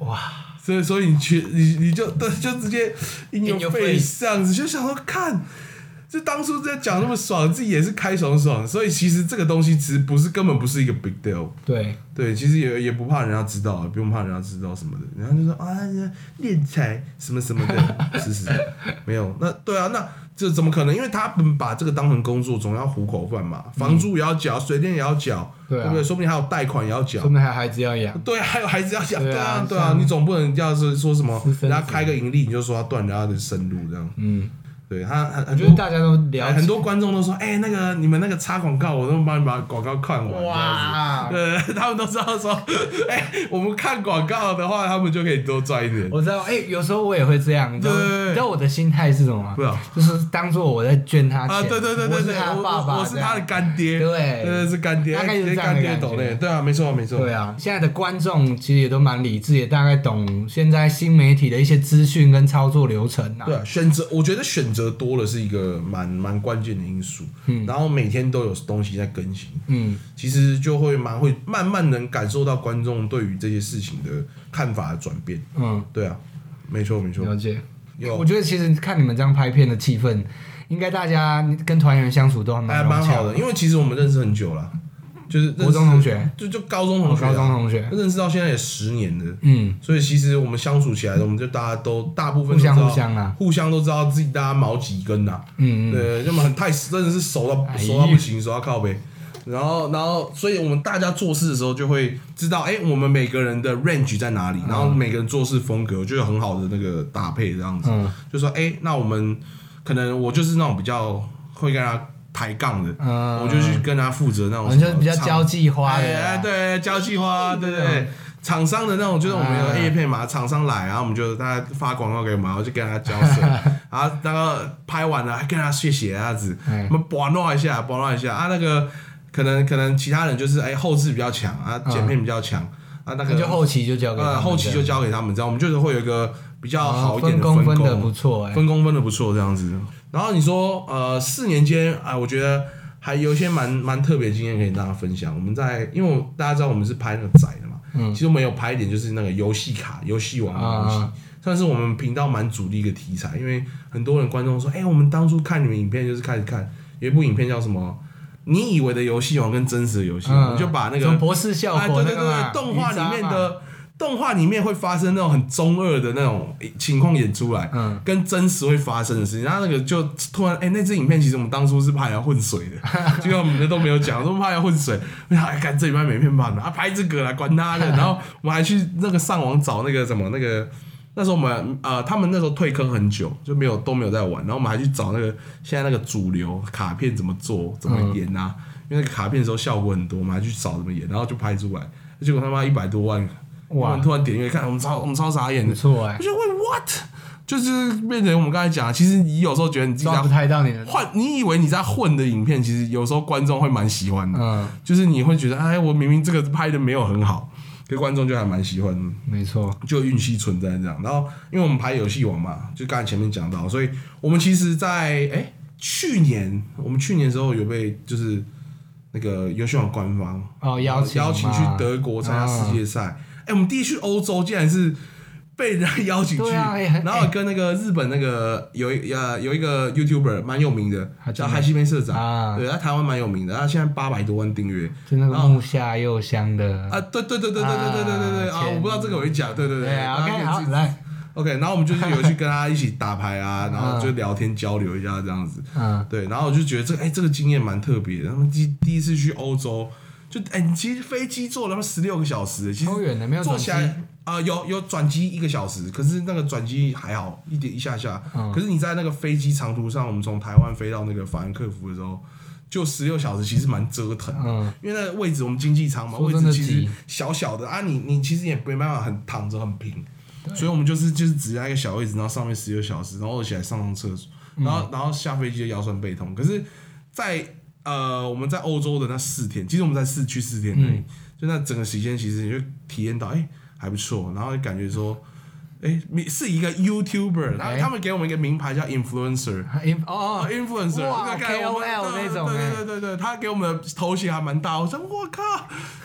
S1: 哇，
S2: 所以所以你去你你就对就直接 in
S1: your
S2: your face 这样子，就想说看。就当初在讲那么爽，自己也是开爽爽，所以其实这个东西其实不是根本不是一个 big deal，
S1: 对，
S2: 对，其实也也不怕人家知道，啊不用怕人家知道什么的。然后就说啊，练财什么什 么的，是是，是没有。那对啊，那这怎么可能？因为他们把这个当成工作，总要糊口饭嘛，房租也要缴，水电也要缴，
S1: 对啊
S2: 不对？说不定还有贷款也要缴
S1: 说。明还有孩子要养，
S2: 对啊，还有孩子要养，
S1: 对
S2: 对
S1: 啊
S2: 啊，对
S1: 像
S2: 啊，你总不能要是说什么
S1: 私生
S2: 人家
S1: 子
S2: 开个盈利，你就说要断人家的生路这样。
S1: 嗯，
S2: 对他，很
S1: 我
S2: 很
S1: 觉得
S2: 多
S1: 大家都了解
S2: 很多观众都说，哎，那个你们那个插广告，我都帮你把广告看完。哇，
S1: 哇，
S2: 呃，他们都知道说，哎、我们看广告的话，他们就可以多赚一点。
S1: 我知道，哎，有时候我也会这样，你知道，
S2: 对对对
S1: 你知道我的心态是什么吗
S2: 不？知道
S1: 就是当做我在捐他
S2: 啊，
S1: 钱，
S2: 对对对
S1: 我
S2: 对
S1: 是
S2: 对，
S1: 他
S2: 我
S1: 爸爸，
S2: 我是
S1: 这样
S2: 他的干爹，
S1: 对
S2: 对，是干爹，
S1: 大概就是
S2: 哎
S1: 这样的
S2: 干爹
S1: 感觉
S2: 懂嘞，对啊，没错没错，
S1: 对啊，现在的观众其实也都蛮理智，也大概懂现在新媒体的一些资讯跟操作流程啊。
S2: 对啊，选择，我觉得选择多了是一个蛮蛮关键的因素，嗯，然后每天都有东西在更新，
S1: 嗯，
S2: 其实就会蛮会慢慢能感受到观众对于这些事情的看法的转变，
S1: 嗯，
S2: 对啊，没错没错，
S1: 了解。
S2: 有
S1: 我觉得其实看你们这样拍片的气氛，应该大家跟团员相处都还
S2: 还
S1: 蛮
S2: 哎蛮好
S1: 融洽
S2: 的，。因为其实我们认识很久了，就是认识
S1: 国中同学，
S2: 就就高中同学啊、
S1: 哦高中同学
S2: 认识到现在也十年了。
S1: 嗯，
S2: 所以其实我们相处起来，我们就大家都大部分
S1: 互相
S2: 都知道
S1: 互相啊
S2: 互相都知道自己大家毛几根呐、
S1: 嗯嗯
S2: 对，要么很太真的是熟到
S1: 哎
S2: 熟到不行，熟到靠背。然后，然后，所以我们大家做事的时候就会知道，哎，我们每个人的 range 在哪里，
S1: 嗯
S2: 然后每个人做事风格就有很好的那个搭配，这样子。
S1: 嗯
S2: 就说，哎，那我们可能我就是那种比较会跟他抬杠的，
S1: 嗯
S2: 我就去跟他负责那种
S1: 我
S2: 什
S1: 们
S2: 么
S1: 就
S2: 唱，
S1: 比较交际花
S2: 哎
S1: 的
S2: 哎
S1: 啊，哎
S2: 对，交际花，对对
S1: 对
S2: 对。厂商的那种，就是我们
S1: 啊
S2: 有 A 片嘛，厂商来，然后我们就大家发广告给我们，然后就跟他交涉， 然后那个拍完了还跟他谢谢啊这样子，
S1: 哎
S2: 我们拨弄一下，拨弄一下啊，那个可能可能其他人就是哎后置比较强啊，剪片比较强啊，那
S1: 嗯那
S2: 个
S1: 就后期就交给他
S2: 呃
S1: 们
S2: 后
S1: 这
S2: 期就
S1: 样哦
S2: 交给他们，这样我们就是会有一个比较好一点
S1: 分
S2: 的
S1: 工
S2: 分
S1: 分
S2: 工
S1: 的不错哎。
S2: 分工分的不错这样子。然后你说，呃，四年间啊、我觉得还有一些蛮蛮特别的经验可以跟大家分享。我们在，因为我大家知道我们是拍那个仔的嘛，嗯，其实我们有拍一点就是那个游戏卡、游戏王的东西，
S1: 啊
S2: 算是我们频道蛮主力一个题材。因为很多人观众说，哎、我们当初看你们影片就是开始看有一部影片叫什么？你以为的游戏王跟真实的游戏王，
S1: 嗯
S2: 我们就把那
S1: 什么
S2: 个
S1: 博士效
S2: 啊，
S1: 果
S2: 对
S1: 那
S2: 对
S1: 个嘛
S2: 对，动画里面，
S1: 鱼渣嘛
S2: 的动画里面会发生那种很中二的那种情况演出来，
S1: 嗯
S2: 跟真实会发生的事情。然后那个就突然，哎、那支影片其实我们当初是怕要混水的，结果我们都没有讲，都怕要混水。我想，哎，看这礼拜没片版了，啊，拍这个啦，管他的。然后我们还去那个上网找那个什么那个。那时候我们呃，他们那时候退坑很久，就没有都没有在玩。然后我们还去找那个现在那个主流卡片怎么做、怎么演啊，因为那个卡片的时候效果很多，我们还去找怎么演，然后就拍出来。结果他妈一百多万，
S1: 哇
S2: 哇！突然点阅看，我们超我们超傻眼
S1: 不
S2: 的，
S1: 错哎
S2: 我，就问 what，就是变成我们刚才讲的，其实你有时候觉得你自己
S1: 抓
S2: 在
S1: 不太到 你的，
S2: 换，你以为你在混的影片，其实有时候观众会蛮喜欢的，
S1: 嗯，
S2: 就是你会觉得哎，我明明这个拍的没有很好，可是观众就还蛮喜欢的。
S1: 没错，
S2: 就运气存在这样。然后，因为我们拍游戏王嘛，就刚才前面讲到，所以我们其实在，哎去年，我们去年的时候有被就是那个游戏王官方
S1: 哦邀请
S2: 邀请
S1: 嘛嗯
S2: 去德国参加世界赛。哎、我们第一去欧洲竟然是。被人家 邀请去，
S1: 对啊哎很
S2: 然后跟那个日本那个有一呃有一个 YouTuber 蛮有名的，叫海西梅社长，
S1: 啊
S2: 对，他台湾蛮有名的，他现在八百多万订阅，
S1: 就那个木下佑香的，
S2: 啊，对对对对对对对对对对
S1: 啊
S2: 啊！我不知道这个我会讲，对对对
S1: 对啊
S2: 大家可
S1: ，OK，
S2: 以
S1: 好嗯
S2: 自己
S1: 来，
S2: OK，然后我们就是有去跟他一起打 牌啊，然后就聊天交流一下这样子。
S1: 嗯，
S2: 对，然后我就觉得这个哎、这个经验蛮特别的。他们第第一次去欧洲，就哎、你其实飞机坐了十六个小时，欸其实
S1: 超远的没有
S2: 坐
S1: 转机
S2: 起来啊、有有转机一个小时，可是那个转机还好一点一下下。
S1: 嗯
S2: 可是你在那个飞机长途上，我们从台湾飞到那个法兰克福的时候，就十六小时，其实蛮折腾的。
S1: 嗯
S2: 因为那个位置我们经济舱嘛，
S1: 说
S2: 位
S1: 真的
S2: 置其实
S1: 挤
S2: 小小的啊你，你其实也没办法很躺着很平，所以我们就是就是只在一个小位置，然后上面十六小时，然后我起来上上厕所，
S1: 嗯
S2: 然后、然后下飞机就腰酸背痛。可是在，呃我们在欧洲的那四天，其实我们在市区四天
S1: 嗯
S2: 内，就那整个时间，其实你就体验到哎、还不错，然后感觉说。哎，你是一个 YouTuber，然后
S1: 哎
S2: 他们给我们一个名牌叫 influencer，
S1: 还因哦
S2: 哦
S1: 哦，
S2: ，influencer，
S1: 哇
S2: 那个我们
S1: KOL
S2: 对
S1: 那种
S2: 对
S1: 欸
S2: 对对对，他给我们的头衔还蛮大。我说我靠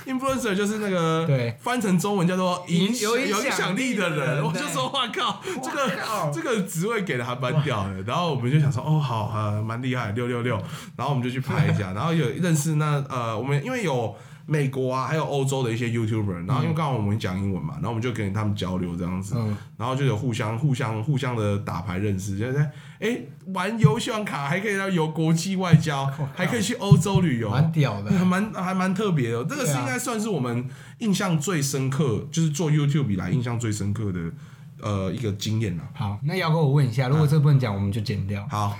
S2: ，influencer 就是那个
S1: 对
S2: 翻成中文叫做影
S1: 影有影
S2: 有影
S1: 响
S2: 响
S1: 力
S2: 力的
S1: 的人
S2: 人，我就
S1: 对
S2: 说哇靠，这
S1: 靠
S2: 个这个职位给的还蛮屌的。然后我们就想说哦好，呃，蛮厉害，六六六。然后我们就去 拍一下，然后有认识那呃，我们因为有。美国啊，还有欧洲的一些 YouTuber，然后因为刚好我们讲英文嘛，然后我们就跟他们交流这样子，
S1: 嗯
S2: 然后就有互相、互相、互相的打牌认识，就是哎、诶玩游戏王卡还可以到有国际外交，还可以去欧洲旅游，
S1: 蛮屌 的
S2: 还蛮还蛮特别的。这个
S1: 对
S2: 是
S1: 啊
S2: 应该算是我们印象最深刻，就是做 YouTube 以来印象最深刻的呃一个经验啦。
S1: 好，那姚哥，我问一下，如果这不能讲，我们就剪掉。
S2: 好，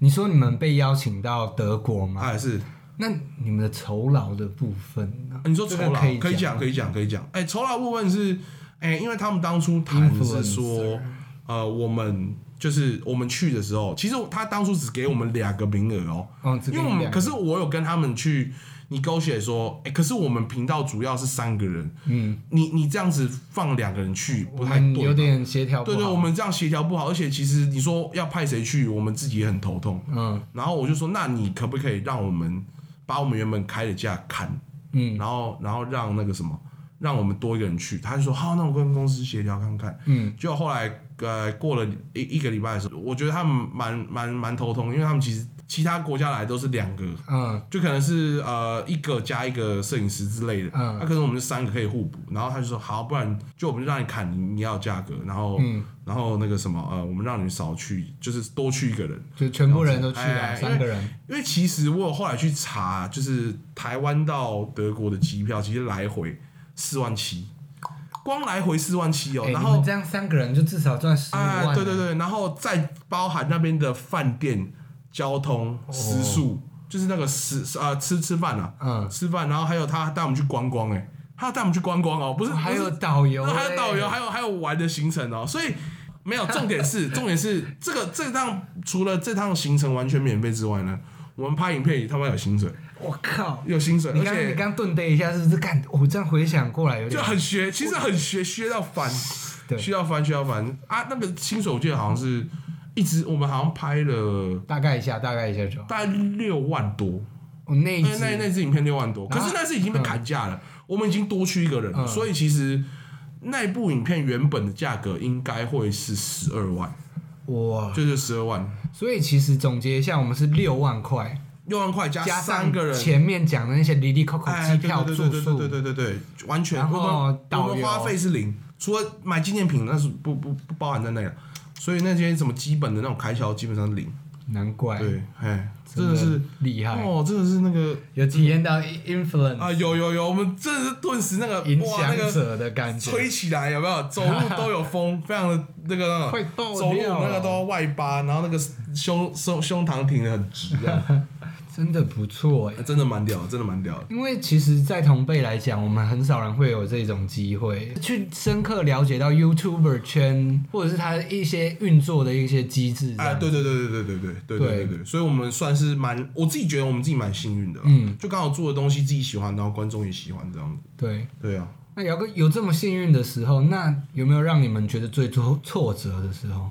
S1: 你说你们被邀请到德国吗？
S2: 他也是，啊
S1: 那你们的酬劳的部分呢？
S2: 你说
S1: 这
S2: 酬
S1: 个
S2: 劳
S1: 可以
S2: 可以
S1: 讲
S2: 讲，可以讲，可以讲。哎、酬劳部分是，哎、因为他们当初谈是说
S1: Influencer，
S2: 呃，我们就是我们去的时候，其实他当初只给我们两个名额哦、
S1: 嗯只给
S2: 因
S1: 你
S2: 为我
S1: 两
S2: 们
S1: 个
S2: 可是我有跟他们去。你勾写说，哎、可是我们频道主要是三个人，嗯，你你这样子放两个人去不
S1: 我
S2: 太对
S1: 们
S2: 吧，
S1: 嗯有点协调不
S2: 对
S1: 好。
S2: 对，我们这样协调不好，而且其实你说要派谁去，我们自己也很头痛。
S1: 嗯
S2: 然后我就说，那你可不可以让我们把我们原本开的价砍，
S1: 嗯
S2: 然后然后让那个什么，让我们多一个人去。他就说好，那我跟公司协调看看。
S1: 嗯，
S2: 就后来呃过了一一个礼拜的时候，我觉得他们蛮蛮蛮头痛，因为他们其实其他国家来都是两个。
S1: 嗯
S2: 就可能是呃一个加一个摄影师之类的，
S1: 嗯
S2: 那、可能我们就三个可以互补，然后他就说好，不然就我们就让你砍你你要的价格，然后、
S1: 嗯
S2: 然后那个什么呃，我们让你少去，就是多去一个人，
S1: 就全部人都去
S2: 哎
S1: 了，三个人。
S2: 因为其实我有后来去查，就是台湾到德国的机票，其实来回四万七，光来回四万七哦、
S1: 哎，你
S2: 然
S1: 们
S2: 后
S1: 这样三个人就至少赚十五
S2: 啊、
S1: 万。
S2: 对对，对，然后再包含那边的饭店、交通、食宿，就是那个食啊、吃吃饭啊，
S1: 哦嗯
S2: 吃饭，然后还有他带我们去观光、欸，他带我们去观光哦、不是
S1: 还
S2: 不
S1: 有
S2: 是
S1: 导游，
S2: 那还有导游，
S1: 哎
S2: 还有还有玩的行程哦、所以没有重点是重点是这个这趟除了这趟行程完全免费之外呢，我们拍影片也他妈有薪水，
S1: 我靠！
S2: 有薪水，
S1: 你
S2: 而
S1: 刚你
S2: 且
S1: 刚顿呆一下，是不是？干，我这样回想过来有
S2: 就
S1: 点
S2: 很学，其实很学，学到烦，
S1: 对
S2: 需要翻需要翻啊！那个薪水我记得好像是一直我们好像拍了
S1: 大概一下，大概一下就好。
S2: 大概六万多，
S1: 我那一啊
S2: 那那
S1: 集
S2: 那支影片六万多，
S1: 然
S2: 可
S1: 后
S2: 是那是已经被砍价了，我们已经多去一个
S1: 嗯
S2: 人了，所以其实那部影片原本的价格应该会是十二万，
S1: 哇，
S2: 就是十二万，
S1: 所以其实总结一下，我们是六万块，
S2: 六万块加
S1: 加
S2: 啊三
S1: 上
S2: 个人。
S1: 前面讲的那些离离扣扣
S2: 哎，
S1: 机
S2: 对
S1: 票
S2: 对
S1: 住
S2: 对对对
S1: 宿
S2: 对，对对对，对完全
S1: 然后
S2: 我们
S1: 导游
S2: 我们花费是零，除了买纪念品，那是不不不包含在内了。所以那些什么基本的那种开销，基本上是零。
S1: 难怪
S2: 对，哎，真
S1: 真
S2: 的是
S1: 厉害，
S2: 哦，真的是那个
S1: 有体验到 influence
S2: 啊，有有有，我们真的是顿时那个
S1: 影
S2: 哇，那
S1: 响
S2: 个
S1: 者的感觉，
S2: 吹起来有没有？走路都有风，非常的那个那个
S1: 会爆
S2: 走路
S1: 掉
S2: 那个都要外八，然后那个胸胸胸膛挺得很直，这样
S1: 真的不错哎。
S2: 真的蛮屌的，真的蛮屌的。
S1: 因为其实，在同辈来讲，我们很少人会有这种机会去深刻了解到 YouTuber 圈或者是他一些运作的一些机制这样。
S2: 哎，对对对对对对对对对对对，所以我们算是蛮，我自己觉得我们自己蛮幸运的，嗯，就刚好做的东西自己喜欢，然后观众也喜欢这样子，
S1: 对
S2: 对啊，
S1: 那姚哥有这么幸运的时候，那有没有让你们觉得最挫挫折的时候？
S2: 啊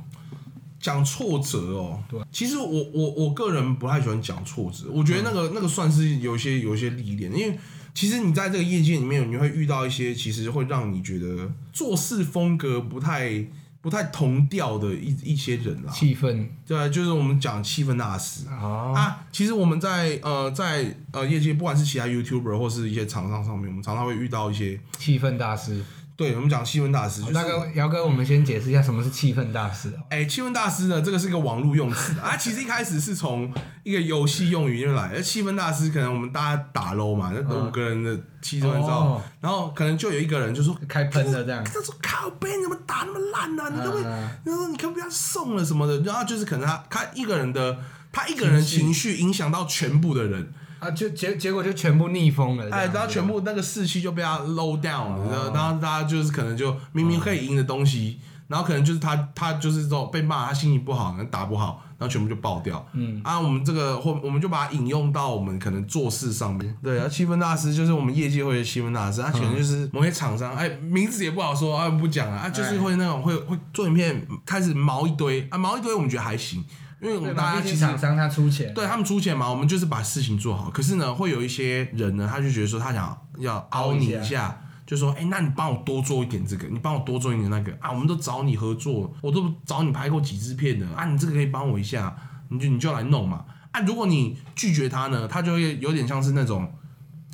S2: 讲挫折哦，
S1: 对，
S2: 其实我我我个人不太喜欢讲挫折，我觉得那个、那个算是有一些有一些历练，因为其实你在这个业界里面，你会遇到一些其实会让你觉得做事风格不太不太同调的一一些人啦，
S1: 气氛
S2: 对啊，就是我们讲气氛大师
S1: 啊，
S2: 啊，其实我们在呃在呃业界，不管是其他 YouTuber 或是一些厂商上面，我们常常会遇到一些
S1: 气氛大师
S2: 对我们讲气氛大师，就是
S1: 大哥，姚哥，我们先解释一下什么是气氛大师哦。
S2: 哎，气氛大师呢，这个是个网络用词啊。其实一开始是从一个游戏用语那边来，那气氛大师可能我们大家打 low 嘛，那五个人的气氛之后
S1: 哦，
S2: 然后可能就有一个人就说
S1: 开喷的这样
S2: 他说靠背你怎么打那么烂呢、啊？你可不可以
S1: 嗯？
S2: 他说你可不可以不要送了什么的？然后就是可能他他一个人的他一个人情绪影响到全部的人，
S1: 啊，就结结果就全部逆风了，
S2: 哎，
S1: 这
S2: 然
S1: 样
S2: 后
S1: 子哦
S2: 全部那个士气就被他 low down 了，然后然后大家就是可能就明明可以赢的东西，
S1: 嗯
S2: 然后可能就是他他就是这种被骂，他心情不好，可能打不好，然后全部就爆掉。嗯，啊，我们这个或我们就把它引用到我们可能做事上面。对，
S1: 嗯
S2: 然后气氛大师就是我们业界会的气氛大师，他可能就是某些厂商，哎，名字也不好说，啊，不讲了，
S1: 哎
S2: 啊，就是会那种会会做影片开始毛一堆啊，毛一堆我们觉得还行，因为我
S1: 对
S2: 们
S1: 嘛
S2: 大家
S1: 毕
S2: 其
S1: 竟
S2: 实
S1: 厂商他出钱，
S2: 对他们出钱嘛，我们就是把事情做好。可是呢，会有一些人呢，他就觉得说他想要凹你
S1: 凹
S2: 一
S1: 一
S2: 下，就说：“哎、那你帮我多做一点这个，你帮我多做一点那个啊，我们都找你合作，我都找你拍过几支片的啊，你这个可以帮我一下，你就你就来弄嘛。”啊，如果你拒绝他呢，他就会有点像是那种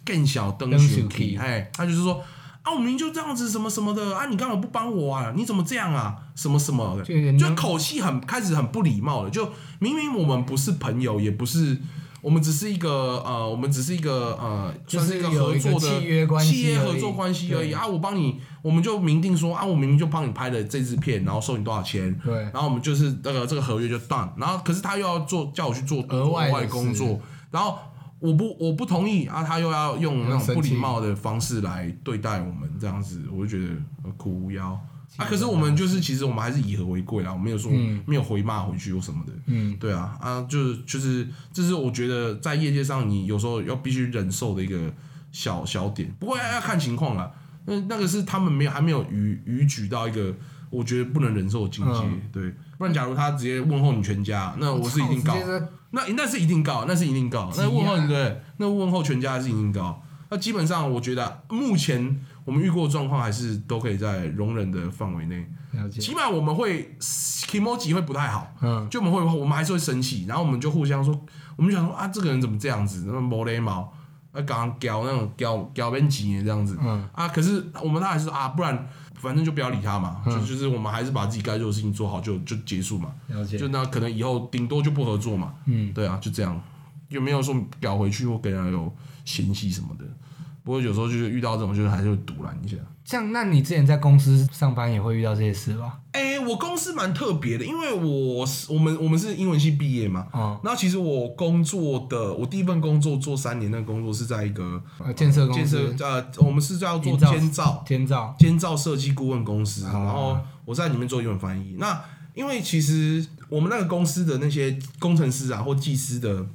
S2: 更小灯
S1: 灯
S2: 熊
S1: 熊
S2: 皮，
S1: 气
S2: 哎，他就是说。啊，我明明就这样子，什么什么的啊，你干嘛不帮我啊？你怎么这样啊？什么什么的，
S1: 就有点
S2: 就口气很开始很不礼貌了，就明明我们不是朋友，也不是，我们只是一个呃，我们只是一个呃，
S1: 就
S2: 算
S1: 是
S2: 是一个
S1: 有一
S2: 合
S1: 个
S2: 作的
S1: 契约关系
S2: 契约合
S1: 而已
S2: 作关系而已
S1: 对
S2: 啊。我帮你，我们就明定说啊，我明明就帮你拍了这支片，然后收你多少钱，
S1: 对
S2: 然后我们就是那个这个合约就 done，然后可是他又要做叫我去做
S1: 额外的
S2: 工
S1: 事
S2: 作，然后。我不我不同意啊！他又要用
S1: 很
S2: 那种
S1: 生
S2: 不礼
S1: 气
S2: 貌的方式来对待我们，这样子我就觉得呃苦无腰啊。可是我们就是其实我们还是以和为贵啦，我没有说、没有回骂回去或什么的。
S1: 嗯，
S2: 对啊啊，就是就是这是我觉得在业界上你有时候要必须忍受的一个小小点，不过要要看情况啦。那那个是他们没有还没有逾逾矩到一个我觉得不能忍受的境界，
S1: 嗯
S2: 对。不然假如他直接问候你全家，那我是一定告
S1: 操直。接说
S2: 那那是一定告，那是一定告。
S1: 急啊
S2: 那问候对不对，那问候全家是一定告。那基本上，我觉得目前我们遇过的状况还是都可以在容忍的范围内。
S1: 了解，
S2: 起码我们会 emoji 会不太好，
S1: 嗯，
S2: 就我们会我们还是会生气，然后我们就互相说，我们就想说啊，这个人怎么这样子，那么没礼貌，那刚搞那种搞搞边急的这样子，
S1: 嗯
S2: 啊，可是我们他还是说啊，不然反正就不要理他嘛，就就是我们还是把自己该做的事情做好就就结束嘛，
S1: 了解
S2: 就，那可能以后顶多就不合作嘛，
S1: 嗯，
S2: 对啊，就这样，有没有说搞回去或跟人家有嫌隙什么的？不过有时候就是遇到这种，就是还是会堵拦一下。
S1: 像那你之前在公司上班也会遇到这些事吧？
S2: 哎、我公司蛮特别的，因为我是我们我们是英文系毕业嘛，
S1: 哦，
S2: 那其实我工作的我第一份工作做三年，那个工作是在一个
S1: 呃建设公
S2: 建设
S1: 司、
S2: 呃，我们是叫做
S1: 营造
S2: 监造
S1: 天照，
S2: 监造设计顾问公司，
S1: 哦
S2: 然后我在里面做英文翻译。那因为其实我们那个公司的那些工程师啊或技师的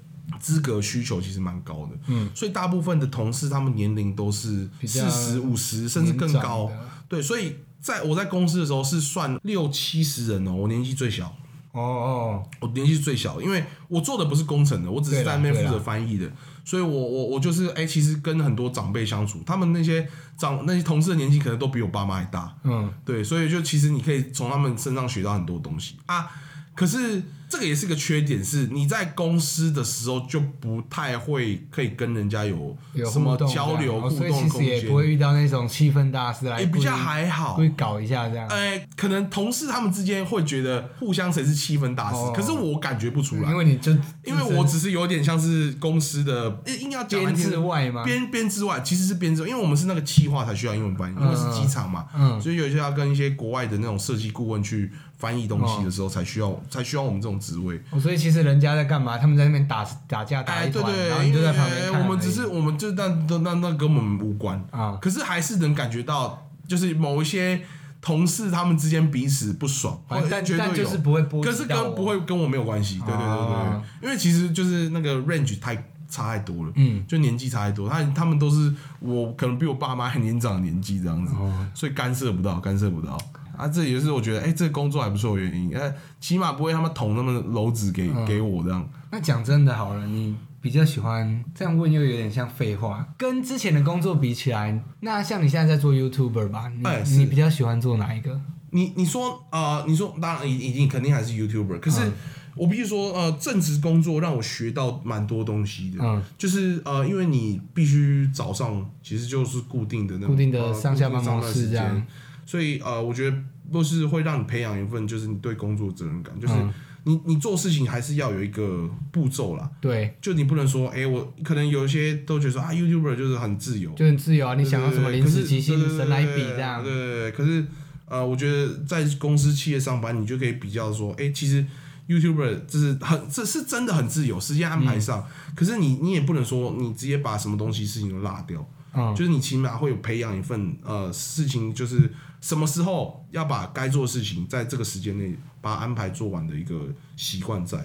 S2: 资格需求其实蛮高的，
S1: 嗯，
S2: 所以大部分的同事他们年龄都是
S1: 比较
S2: 四十五十甚至更
S1: 年长
S2: 高
S1: 的，
S2: 对，所以在我在公司的时候是算六七十人哦，我年纪最小。
S1: 哦哦，
S2: 我年纪是最小的，因为我做的不是工程的，我只是在那边
S1: 对啦
S2: 负责翻译的，所以我我我就是哎、其实跟很多长辈相处，他们那些长那些同事的年纪可能都比我爸妈还大，
S1: 嗯，
S2: 对，所以就其实你可以从他们身上学到很多东西啊。可是这个也是个缺点，是你在公司的时候就不太会可以跟人家有
S1: 有
S2: 什么
S1: 互动
S2: 交
S1: 这样
S2: 流
S1: 哦
S2: 互
S1: 所以
S2: 动
S1: 其
S2: 空
S1: 实也
S2: 间
S1: 不，会遇到那种气氛大师来
S2: 也比较
S1: 故意
S2: 还好
S1: 故。意搞一下这样，
S2: 哎、可能同事他们之间会觉得互相谁是气氛大师，
S1: 哦
S2: 可是我感觉不出来
S1: 因，为你就
S2: 因为我只是有点像是公司的，硬硬要讲
S1: 编
S2: 难听
S1: 制外嘛，
S2: 编编制外，其实是编制外，因为我们是那个企划才需要英文翻译，因为是机场嘛，
S1: 嗯
S2: 所以有些要跟一些国外的那种设计顾问去翻译东西的时候，才需要才需要我们这种职位。
S1: 哦，所以其实人家在干嘛？他们在那边打打架打
S2: 哎，
S1: 一
S2: 对
S1: 团，
S2: 对，
S1: 然后你就在旁边
S2: 因
S1: 看而已。
S2: 为我们只是我们就那那那那跟我们无关，
S1: 啊，
S2: 可是还是能感觉到，就是某一些同事他们之间彼此不爽，
S1: 反正
S2: 会
S1: 哦但
S2: 绝
S1: 但
S2: 对
S1: 就是
S2: 有。
S1: 不会波及
S2: 可
S1: 到
S2: 是跟
S1: 我
S2: 不，会跟我没有关系，对对对对
S1: 啊
S2: 对，因为其实就是那个 range 太差太多了，
S1: 嗯，
S2: 就年纪差太多，他他们都是我可能比我爸妈还年长的年纪这样子，
S1: 哦
S2: 所以干涉不到，干涉不到。啊，这也是我觉得，哎、这个工作还不错的原因，哎、起码不会他们捅那么篓子给、
S1: 嗯
S2: 给我这样。
S1: 那讲真的好了，你比较喜欢这样问，又有点像废话。跟之前的工作比起来，那像你现在在做 YouTuber 吧，你、
S2: 哎是
S1: 你比较喜欢做哪一个？嗯
S2: 你你说呃，你说当然一一定肯定还是 YouTuber，可是我必须说，呃，正职工作让我学到蛮多东西的，
S1: 嗯
S2: 就是呃，因为你必须早上其实就是固定的那种
S1: 固定的
S2: 呃
S1: 上下班
S2: 固定的
S1: 模
S2: 上
S1: 式
S2: 班时
S1: 这样
S2: 间，所以呃，我觉得都是会让你培养一份就是你对工作责任感，就是
S1: 嗯
S2: 你你做事情还是要有一个步骤啦，
S1: 对，
S2: 就你不能说，哎、我可能有一些都觉得说啊，YouTuber 就是很自由，
S1: 就很自由啊，你
S2: 对
S1: 想要什么
S2: 对对
S1: 临
S2: 可
S1: 时
S2: 是
S1: 即兴
S2: 对对对
S1: 神来
S2: 对
S1: 笔
S2: 对
S1: 这样
S2: 对，对对，可是呃，我觉得在公司企业上班，你就可以比较说，哎、其实 YouTuber 就是很这是真的很自由，时间安排上，可是你你也不能说你直接把什么东西事情都落掉，
S1: 嗯，
S2: 就是你起码会有培养一份呃事情，就是什么时候要把该做的事情在这个时间内把它安排做完的一个习惯在。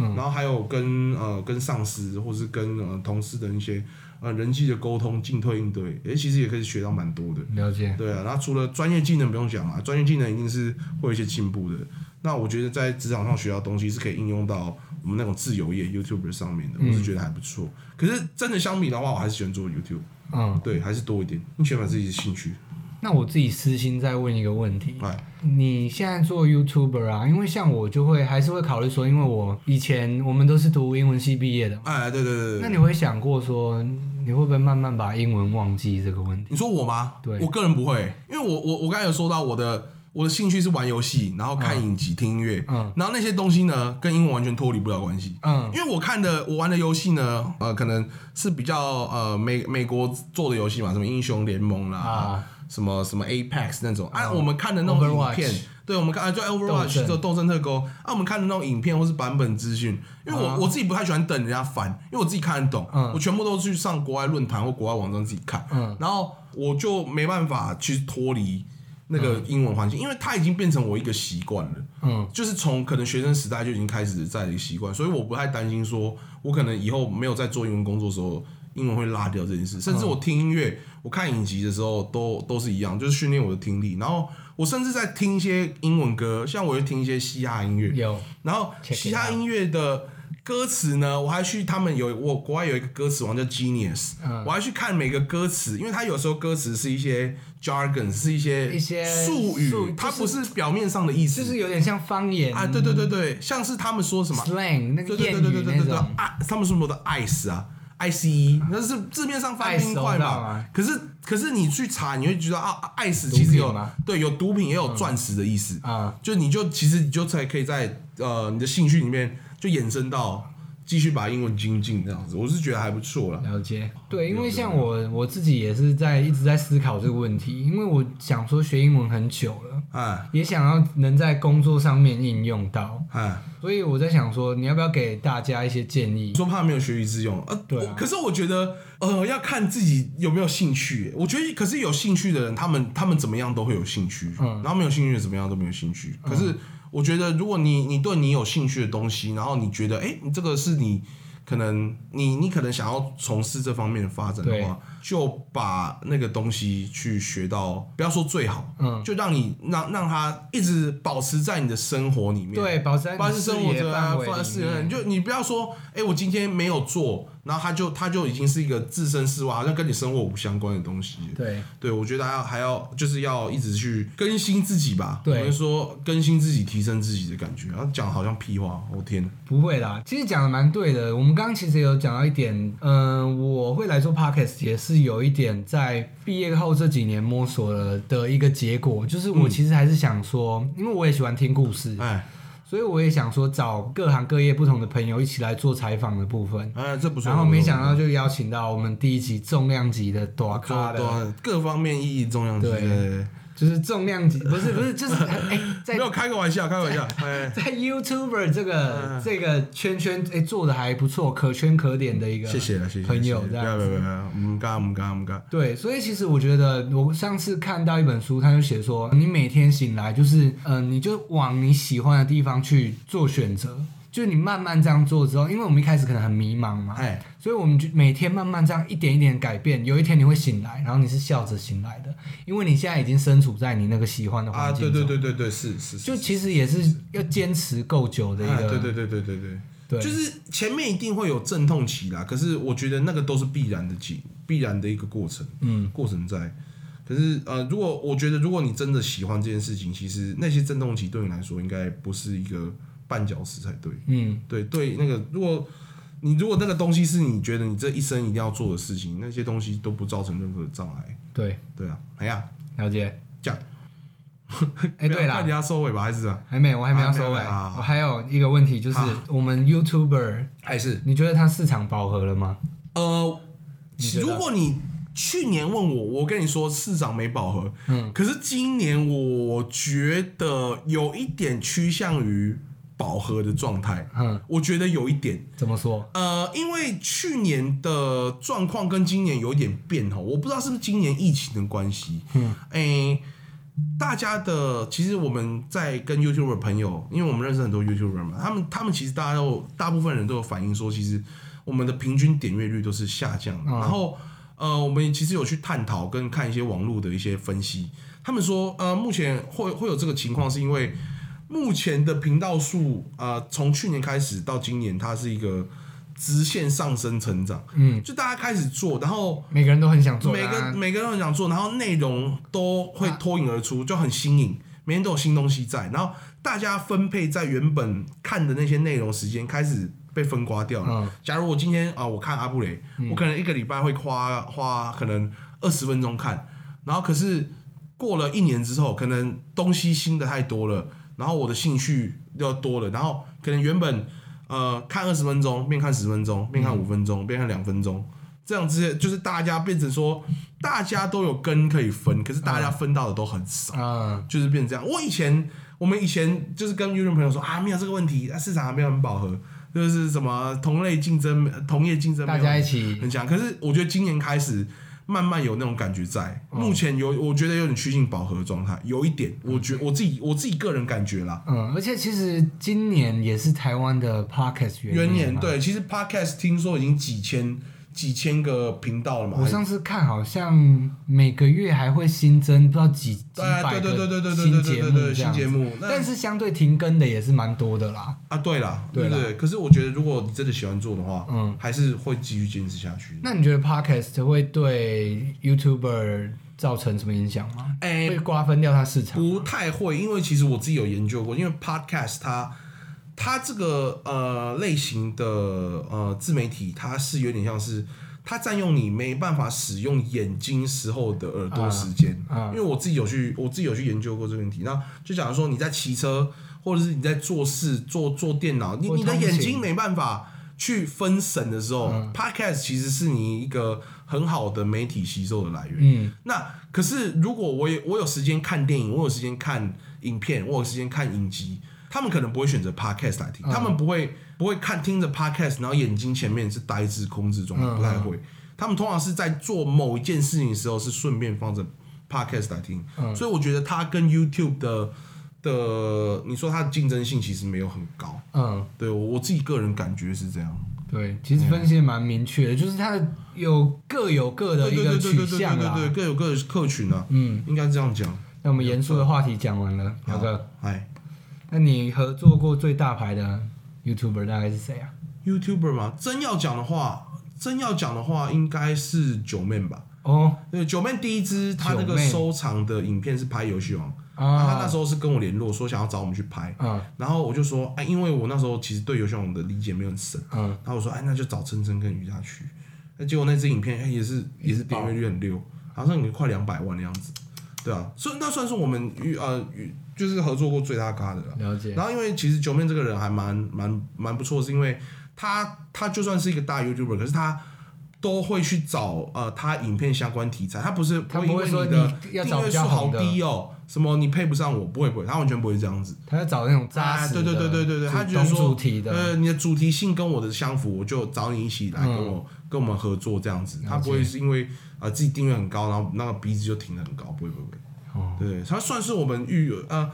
S1: 嗯
S2: 然后还有跟呃跟上司或是跟呃同事的一些呃人际的沟通、进退应对，诶，其实也可以学到蛮多的。
S1: 了解，
S2: 对啊，然后除了专业技能不用讲啊嘛，专业技能一定是会有一些进步的。那我觉得在职场上学到的东西是可以应用到我们那种自由业 YouTuber 上面
S1: 嗯
S2: 的，我是觉得还不错。可是真的相比的话，我还是喜欢做 YouTube。
S1: 嗯，
S2: 对，还是多一点，你选满自己的兴趣。
S1: 那我自己私心再问一个问题，
S2: 哎，
S1: 你现在做 YouTuber 啊，因为像我就会还是会考虑说，因为我以前我们都是读英文系毕业的嘛，
S2: 哎，对对对
S1: 那
S2: 对，
S1: 你会想过说，你会不会慢慢把英文忘记这个问题？
S2: 你说我吗？
S1: 对
S2: 我个人不会，因为我我我刚才有说到我的我的兴趣是玩游戏，然后看影集、听音乐，
S1: 嗯
S2: 然后那些东西呢跟英文完全脱离不了关系。
S1: 嗯
S2: 因为我看的我玩的游戏呢，呃，可能是比较呃美美国做的游戏嘛，什么英雄联盟啦，
S1: 啊，嗯
S2: 什么什么 Apex 那种，啊，我们看的那种影
S1: Overwatch
S2: 片，对，我们看啊，就
S1: 斗
S2: Overwatch
S1: 阵
S2: 就斗争特工，啊，我们看的那种影片或是版本资讯，因为我、
S1: 啊
S2: 我自己不太喜欢等人家翻，因为我自己看得懂，
S1: 嗯
S2: 我全部都去上国外论坛或国外网站自己看，
S1: 嗯
S2: 然后我就没办法去脱离那个英文环境，因为它已经变成我一个习惯了。
S1: 嗯
S2: 就是从可能学生时代就已经开始在的一个习惯，所以我不太担心说，我可能以后没有在做英文工作的时候，英文会落掉这件
S1: 嗯
S2: 事。甚至我听音乐、我看影集的时候，都都是一样，就是训练我的听力。然后我甚至在听一些英文歌，像我会听一些嘻哈音乐，
S1: 有，
S2: 然后
S1: Check it
S2: 嘻哈音乐的歌词呢，我还去他们有我国外有一个歌词王叫 Genius，、
S1: 嗯
S2: 我还去看每个歌词，因为它有时候歌词是一些 jargon，是一些
S1: 一些
S2: 术语，
S1: 术就是
S2: 它不是表面上的意思，
S1: 就是有点像方言
S2: 啊，对对对对，像是他们说什么，
S1: slang 那个
S2: 对对
S1: 谚
S2: 对对对
S1: 语
S2: 对
S1: 那
S2: 对对，
S1: 种，
S2: 啊，他们说的 ice 啊，ice，那是字面上翻
S1: Ice
S2: 冰块
S1: 我知道
S2: 嘛
S1: 啊。
S2: 可是可是你去查，你会觉得啊啊，ice 其实
S1: 毒
S2: 有
S1: 品吗
S2: 对有毒品也有钻石的意思
S1: 啊，
S2: 就你就其实你就才可以在呃你的兴趣里面就衍生到继续把英文精进这样子，我是觉得还不错啦。
S1: 了解，对，因为像我我自己也是在一直在思考这个问题，因为我想说学英文很久了，
S2: 哎
S1: 也想要能在工作上面应用到，
S2: 哎，
S1: 所以我在想说，你要不要给大家一些建议
S2: 你？说怕没有学以致用，呃，
S1: 对啊
S2: 我可是我觉得，呃，要看自己有没有兴趣。我觉得，可是有兴趣的人，他们他们怎么样都会有兴趣，
S1: 嗯
S2: 然后没有兴趣的怎么样都没有兴趣。可是我觉得，如果你你对你有兴趣的东西，然后你觉得，哎、你这个是你可能你你可能想要从事这方面的发展的
S1: 对
S2: 话，就把那个东西去学到，不要说最好，
S1: 嗯
S2: 就让你让让它一直保持在你的生活里面，
S1: 对，保持在
S2: 发
S1: 你
S2: 生
S1: 视
S2: 生活
S1: 野
S2: 者啊，
S1: 范围
S2: 发生
S1: 里
S2: 事业，
S1: 面
S2: 你。就你不要说，哎、我今天没有做，然后他就他就已经是一个置身事外，好像跟你生活无相关的东西。
S1: 对，
S2: 对，我觉得还要还要就是要一直去更新自己吧，
S1: 对
S2: 我们说更新自己、提升自己的感觉，然后讲好像屁话，我、天，
S1: 不会啦，其实讲的蛮对的。我们刚刚其实有讲到一点，嗯、我会来做 podcast 也是有一点在毕业后这几年摸索了的一个结果，就是我其实还是想说，因为我也喜欢听故事，
S2: 哎
S1: 所以我也想说找各行各业不同的朋友一起来做采访的部分。
S2: 哎，这不错。
S1: 然后没想到
S2: 就
S1: 就邀请到我们第一集重量级的短咖的，
S2: 对啊各方面意义重要，
S1: 对
S2: 对对对
S1: 就是重量级，不是不是，就是哎、在
S2: 对， 没有开个玩笑，开个玩笑，哎，
S1: 在 YouTuber 这
S2: 嗯
S1: 个这个圈圈，哎、做的还不错，可圈可点的一个
S2: 谢谢了，谢谢
S1: 朋友
S2: 谢
S1: 这
S2: 谢不要
S1: 样
S2: 不
S1: 子。
S2: 要不要，我们干我们干我们干，
S1: 对，所以其实我觉得，我上次看到一本书，他就写说，你每天醒来就是，嗯、你就往你喜欢的地方去做选择，就是你慢慢这样做之后，因为我们一开始可能很迷茫嘛，
S2: 哎，
S1: 所以我们就每天慢慢这样一点一点改变，有一天你会醒来，然后你是笑着醒来的，因为你现在已经身处在你那个喜欢的
S2: 啊，
S1: 环境
S2: 对
S1: 中。
S2: 对对对对，是是，是
S1: 就其实也是要坚持够久的一
S2: 啊
S1: 个，
S2: 对对对对对对。
S1: 对
S2: 就是前面一定会有阵痛期啦，可是我觉得那个都是必然的期，必然的一个过程，
S1: 嗯，
S2: 过程在。可是呃，如果我觉得如果你真的喜欢这件事情，其实那些阵痛期对你来说应该不是一个绊脚石才对。
S1: 嗯，
S2: 对对，那个如果你如果那个东西是你觉得你这一生一定要做的事情，那些东西都不造成任何障碍。
S1: 对，
S2: 对啊，哎呀，
S1: 嗯了解。
S2: 这样，
S1: 哎，
S2: 不要
S1: 对
S2: 看
S1: 啦
S2: 你，要收尾吧，还是啊，
S1: 还没，我还没
S2: 啊
S1: 要
S2: 没有
S1: 收尾。
S2: 没有好好好
S1: 我还有一个问题，就是
S2: 好
S1: 我们 YouTuber，
S2: 还是
S1: 你觉得它市场饱和了吗？
S2: 呃
S1: 你觉，得
S2: 如果你去年问我，我跟你说市场没饱和，
S1: 嗯，
S2: 可是今年我觉得有一点趋向于饱和的状态，
S1: 嗯，
S2: 我觉得有一点。
S1: 怎么说？
S2: 呃，因为去年的状况跟今年有一点变哦，我不知道是不是今年疫情的关系。
S1: 嗯，
S2: 诶、大家的其实我们在跟 YouTuber 朋友，因为我们认识很多 YouTuber 嘛，他们他们其实大家都大部分人都有反映说，其实我们的平均点阅率都是下降的。然后呃，我们其实有去探讨跟看一些网络的一些分析，他们说呃，目前会会有这个情况，是因为目前的频道数呃，从去年开始到今年，它是一个直线上升成长。
S1: 嗯，
S2: 就大家开始做，然后
S1: 每个人都很想做，啊
S2: 每个
S1: 但
S2: 每个人都很想做，然后内容都会脱颖而出，就很新颖，每天都有新东西在。然后大家分配在原本看的那些内容时间开始被分瓜掉了。
S1: 嗯
S2: 假如我今天啊、我看阿布雷，我可能一个礼拜会花花可能二十分钟看，然后可是过了一年之后，可能东西新的太多了，然后我的兴趣要多了，然后可能原本呃看二十分钟，变看十分钟，变看五分钟，变看两分钟，这样子就是大家变成说大家都有根可以分，可是大家分到的都很少，
S1: 嗯
S2: 就是变成这样。我以前我们以前就是跟舆论朋友说啊，没有这个问题，啊、市场还没有很饱和。就是什么同类竞争、同业竞争没
S1: 大
S2: 有，
S1: 家一起
S2: 很强。可是我觉得今年开始慢慢有那种感觉在，目前有我觉得有点趋近饱和的状态，有一点，我觉我自己我自己个人感觉啦。
S1: 嗯，而且其实今年也是台湾的 Podcast
S2: 元
S1: 年
S2: 年
S1: 嘛。
S2: 对，其实 podcast 听说已经几千几千个频道了嘛，
S1: 我上次看好像每个月还会新增不知道几几
S2: 还
S1: 百
S2: 对对对对
S1: 个
S2: 对对
S1: 新
S2: 对
S1: 节目
S2: 对对对
S1: 这
S2: 新
S1: 样
S2: 节
S1: 子，
S2: 目，那
S1: 但是相对停更的也是蛮多的啦。
S2: 啊对啦
S1: 对
S2: 对
S1: 啦
S2: 对，可是我觉得如果你真的喜欢做的话，
S1: 嗯
S2: 嗯，还是会继续坚持下去。
S1: 那你觉得 Podcast 会对 YouTuber 造成什么影响吗？
S2: 哎
S1: 会瓜分掉它市场？
S2: 不太会，因为其实我自己有研究过，因为 podcast 它它这个呃类型的呃自媒体，它是有点像是它占用你没办法使用眼睛时候的耳朵时间。
S1: 啊
S2: 因为我自己有去我自己有去研究过这个问题，那就假如说你在骑车，或者是你在做事、做做电脑，你
S1: 或
S2: 你的
S1: 通勤
S2: 眼睛没办法。去分神的时候、
S1: 嗯
S2: p o d c a s t 其实是你一个很好的媒体吸收的来源。
S1: 嗯，
S2: 那可是如果我有我有时间看电影，我有时间看影片，我有时间看影集，他们可能不会选择 podcast 来听，
S1: 嗯
S2: 他们不会不会看听着 podcast，然后眼睛前面是呆滞空置状态，
S1: 嗯
S2: 不太会。他们通常是在做某一件事情的时候，是顺便放着 podcast 来听，
S1: 嗯
S2: 所以我觉得它跟 YouTube 的的，你说它的竞争性其实没有很高。
S1: 嗯，
S2: 对我我自己个人感觉是这样。
S1: 对，其实分析得蛮明确的，就是它的有各有各的
S2: 对
S1: 一
S2: 对对
S1: 个
S2: 对
S1: 取
S2: 对对
S1: 向
S2: 对
S1: 啦
S2: 对，。各有各的客群啊，
S1: 嗯，
S2: 应该这样讲。
S1: 那我们严肃的话题讲完了，表哥，
S2: 哎。
S1: 那你合作过最大牌的 YouTuber 大概是谁啊？
S2: YouTuber 嘛，真要讲的话，真要讲的话，应该是九妹吧。
S1: 哦
S2: 对，九妹第一支她那
S1: 九
S2: 个
S1: 妹
S2: 收藏的影片是拍游戏王，啊，她那
S1: 啊，
S2: 时候是跟我联络说想要找我们去拍，
S1: 嗯
S2: 然后我就说，哎，因为我那时候其实对游戏王的理解没有很深，
S1: 嗯，
S2: 然后我说，哎，那就找琛琛跟于佳去，那结果那支影片，哎，也是也是点阅率很溜，好像有快两百万的样子，对啊，所以那算是我们与呃与就是合作过最大咖的了。
S1: 了解。
S2: 然后因为其实九面这个人还蛮蛮蛮不错，是因为他他就算是一个大 YouTuber，可是他都会去找呃他影片相关题材，他不是
S1: 他
S2: 会
S1: 不
S2: 因
S1: 会
S2: 为
S1: 说
S2: 的
S1: 你要
S2: 订
S1: 找
S2: 阅
S1: 比
S2: 数
S1: 较
S2: 好
S1: 红的
S2: 低哦，什么你配不上我，不会不会，他完全不会这样子。
S1: 他要找那种扎
S2: 啊，
S1: 实
S2: 对
S1: 的，
S2: 对对对对对，他
S1: 主
S2: 觉得
S1: 懂
S2: 说
S1: 主题的，
S2: 呃，你的主题性跟我的相符，我就找你一起来跟我、
S1: 嗯
S2: 跟我们合作这样子，他不会是因为呃自己订阅很高，然后那个鼻子就挺得很高，不会不会不会。
S1: 哦，
S2: 对，他算是我们遇呃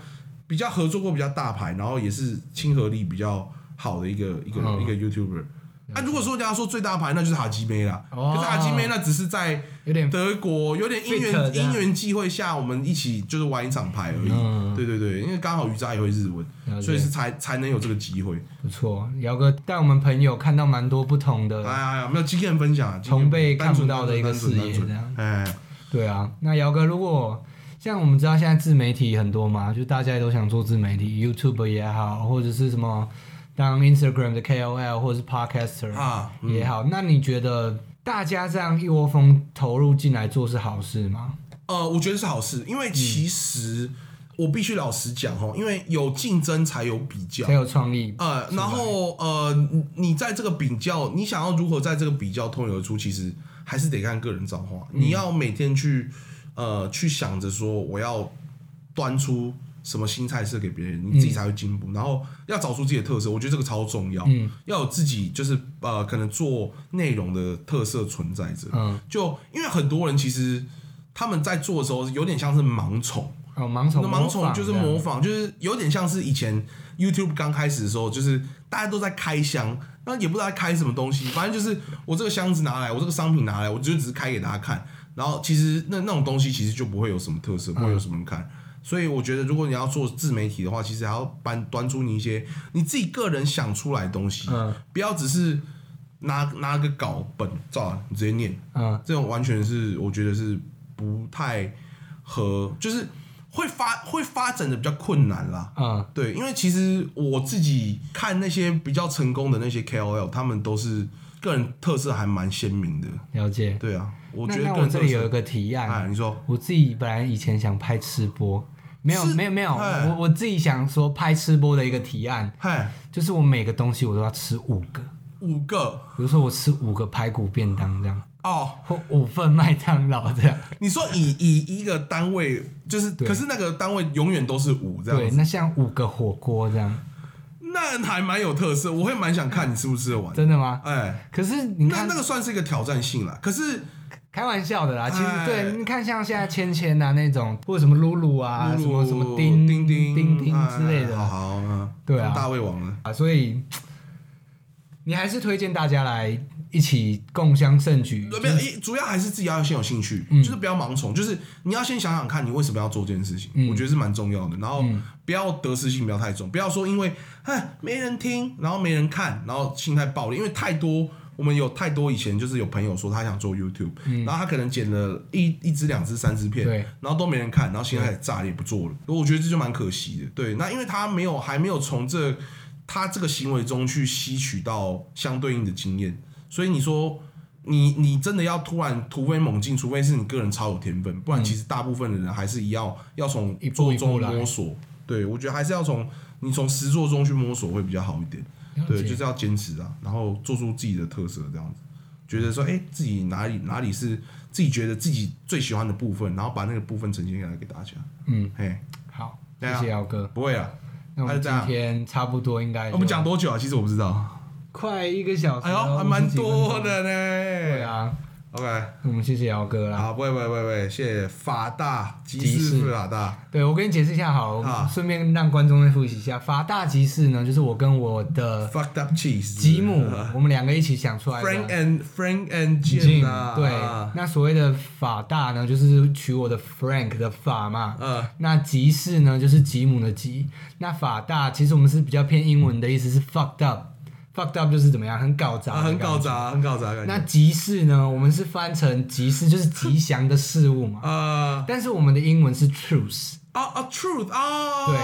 S2: 比较合作过比较大牌，然后也是亲和力比较好的一个一个、
S1: 嗯
S2: 一个 YouTuber。那、如果说你要说最大牌，那就是哈基妹啦。
S1: 哦
S2: 可是哈基妹那只是在
S1: 有点
S2: 德国有点因
S1: Fit
S2: 缘
S1: 这样
S2: 因缘际会下，我们一起就是玩一场牌而已。
S1: 嗯
S2: 对对对，因为刚好瑜伽也会日文，
S1: 了
S2: 所以
S1: 解，嗯
S2: 是才才能有这个机会。
S1: 不错。姚哥带我们朋友看到蛮多不同
S2: 哎
S1: 的，
S2: 呀，没有经验分享啊，
S1: 从被
S2: 单
S1: 看不
S2: 纯
S1: 到的一个
S2: 单纯
S1: 视野
S2: 单纯
S1: 这样
S2: 哎，
S1: 对啊。那姚哥如果像我们知道现在自媒体很多嘛，就大家也都想做自媒体，YouTube 也好，或者是什么当 Instagram 的 KOL 或者是 Podcaster
S2: 啊
S1: 也好，那你觉得大家这样一窝蜂投入进来做是好事吗？
S2: 呃，我觉得是好事，因为其实我必须老实讲哦，因为有竞争才有比较
S1: 才。有创意，
S2: 呃，然后呃，你你在这个比较，你想要如何在这个比较脱颖而出，其实还是得看个人造化。你要每天去呃去想着说，我要端出什么新菜色给别人，你自己才会进步。然后要找出自己的特色，我觉得这个超重要。
S1: 嗯
S2: 要有自己就是呃，可能做内容的特色存在着。
S1: 嗯，
S2: 就因为很多人其实他们在做的时候，有点像是盲从。
S1: 哦，盲从，
S2: 那盲从就是
S1: 这样
S2: 模仿，就是有点像是以前 YouTube 刚开始的时候，就是大家都在开箱，那也不知道在开什么东西，反正就是我这个箱子拿来，我这个商品拿来，我就只是开给大家看。然后其实那那种东西其实就不会有什么特色，不会
S1: 嗯
S2: 有什么人看。所以我觉得，如果你要做自媒体的话，其实还要搬端出你一些你自己个人想出来的东西，
S1: 嗯
S2: 不要只是拿拿个稿本照啊，你直接念，
S1: 嗯
S2: 这种完全是我觉得是不太合，就是会发会发展的比较困难啦。
S1: 嗯
S2: 对，因为其实我自己看那些比较成功的那些 KOL，他们都是个人特色还蛮鲜明的。
S1: 了解。
S2: 对啊，我
S1: 那
S2: 觉得
S1: 那
S2: 个
S1: 我
S2: 人
S1: 这
S2: 特
S1: 里有一
S2: 色，
S1: 个提案，
S2: 哎，你说
S1: 我自己本来以前想拍吃播，没有
S2: 是
S1: 没有没有，
S2: 哎
S1: 我我自己想说拍吃播的一个提案，
S2: 嗨，
S1: 就是我每个东西我都要吃五个，
S2: 五个
S1: 比如说我吃五个排骨便当这样，
S2: 哦，
S1: 或五份麦当劳这样。
S2: 你说以以一个单位，就是
S1: 对
S2: 可是那个单位永远都是五这
S1: 对，
S2: 样子，
S1: 那像五个火锅这样，
S2: 那还蛮有特色，我会蛮想看你吃不吃得完。
S1: 真的吗？
S2: 哎，
S1: 可是你
S2: 那
S1: 看，
S2: 那个算是一个挑战性啦。可是
S1: 开玩笑的啦，其实
S2: 哎
S1: 对，你看像现在芊芊啊那种，或者什么露露啊，什么什么丁
S2: 丁
S1: 丁
S2: 丁
S1: 丁之类
S2: 哎好
S1: 的
S2: 好，嗯
S1: 对啊
S2: 大胃王了。
S1: 啊，所以你还是推荐大家来一起共襄盛举，
S2: 呃没有，一主要还是自己要先有兴趣，就是不要盲从，就是你要先想想看你为什么要做这件事情，我觉得是蛮重要的。然后不要得失心不要太重，不要说因为哎没人听，然后没人看，然后心态爆裂，因为太多。我们有太多以前就是有朋友说他想做 YouTube，、然后他可能剪了一一支、两支、三支片，
S1: 对
S2: 然后都没人看，然后现在炸裂不做了。我觉得这就蛮可惜的。对，那因为他没有还没有从这他这个行为中去吸取到相对应的经验，所以你说你你真的要突然突飞猛进，除非是你个人超有天分，不然其实大部分的人还是一样要从
S1: 嗯一步
S2: 做
S1: 一步
S2: 中
S1: 来
S2: 摸索。对，我觉得还是要从你从实做中去摸索会比较好一点。
S1: 了
S2: 对，
S1: 解
S2: 就是要坚持啊，然后做出自己的特色，这样子，觉得说，哎、自己哪里哪里是自己觉得自己最喜欢的部分，然后把那个部分呈现给来给大家。
S1: 嗯，
S2: 嘿，
S1: 好，
S2: 对
S1: 谢
S2: 啊
S1: 谢姚哥。
S2: 不会啊，
S1: 那我
S2: 那
S1: 们
S2: 就这
S1: 今
S2: 样
S1: 天差不多应该
S2: 我们讲多久啊？其实我不知道。
S1: 快一个小时
S2: 哎
S1: 了，
S2: 呦，还蛮多
S1: 50几分钟。
S2: 的呢。
S1: 对啊，
S2: ，OK，
S1: 我们谢谢姚哥啦。
S2: 好，不会不会不会不会，谢谢法大吉
S1: 吉士
S2: 士法大。
S1: 对，我跟你解释一下好了，
S2: 啊
S1: 我顺便让观众们复习一下。法大集市呢，就是我跟我的
S2: Fucked up cheese，
S1: 吉姆，我们两个一起想出来的。
S2: 啊 Frank and Frank and
S1: Jim，
S2: Jim 啊，
S1: 对
S2: 啊，
S1: 那所谓的法大呢，就是取我的 Frank 的法嘛。
S2: 嗯
S1: 那集市呢，就是吉姆的吉。那法大其实我们是比较偏英文的意思，是 fucked up，fucked up 就是怎么样，很搞砸、
S2: 啊，很搞。砸，很搞砸的
S1: 那
S2: 感觉。
S1: 集市呢，我们是翻成集市，就是吉祥的事物嘛。
S2: 啊
S1: 但是我们的英文是 truth，
S2: 啊啊，Truth 啊，对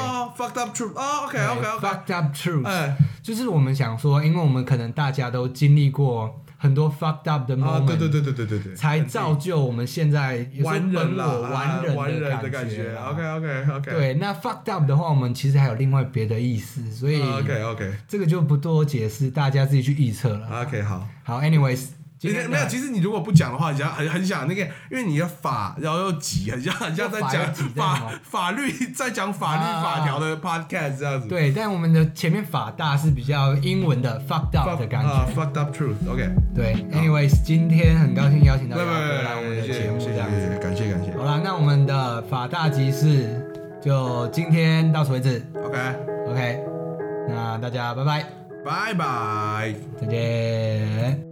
S2: ，Fucked up Truth 啊，OK OK OK，
S1: fucked up truth，、
S2: 哎
S1: 就是我们想说，因为我们可能大家都经历过很多 fucked up 的 moment，、
S2: 啊，对对对对对对对，
S1: 才造就我们现在有时候
S2: 完人
S1: 本我
S2: 了，
S1: 完
S2: 啊完
S1: 人
S2: 人
S1: 的
S2: 感
S1: 觉
S2: 觉
S1: 啦。
S2: ，OK OK OK，
S1: 对，那 fucked up 的话，我们其实还有另外别的意思，所以
S2: 哦 OK OK
S1: 这个就不多解释，大家自己去预测了。
S2: OK 好。
S1: 好，anyways，
S2: 今
S1: 今
S2: 天
S1: 天
S2: 没有，
S1: 的
S2: 其实你如果不讲的话，你想很很想那个，因为你的法，然后又急，很像很像在
S1: 法
S2: 讲
S1: 又急这样
S2: 法
S1: 吗
S2: 法律，在讲法律
S1: 啊
S2: 法条的 podcast 这样子。
S1: 对，但我们的前面法大是比较英文的 fucked up 的感觉。
S2: 啊，fucked ờ, up truth，OK，
S1: 对，anyways，今天很高兴邀请到
S2: 拜
S1: 姚哥
S2: 拜，
S1: 来我们的
S2: 谢谢
S1: 节目，这
S2: 谢谢，
S1: 样子。
S2: 感谢感谢
S1: 好啦，那我们的法大集市就今天到此为止
S2: ，OK，
S1: ，OK，那大家拜拜，
S2: 拜拜。
S1: 再见。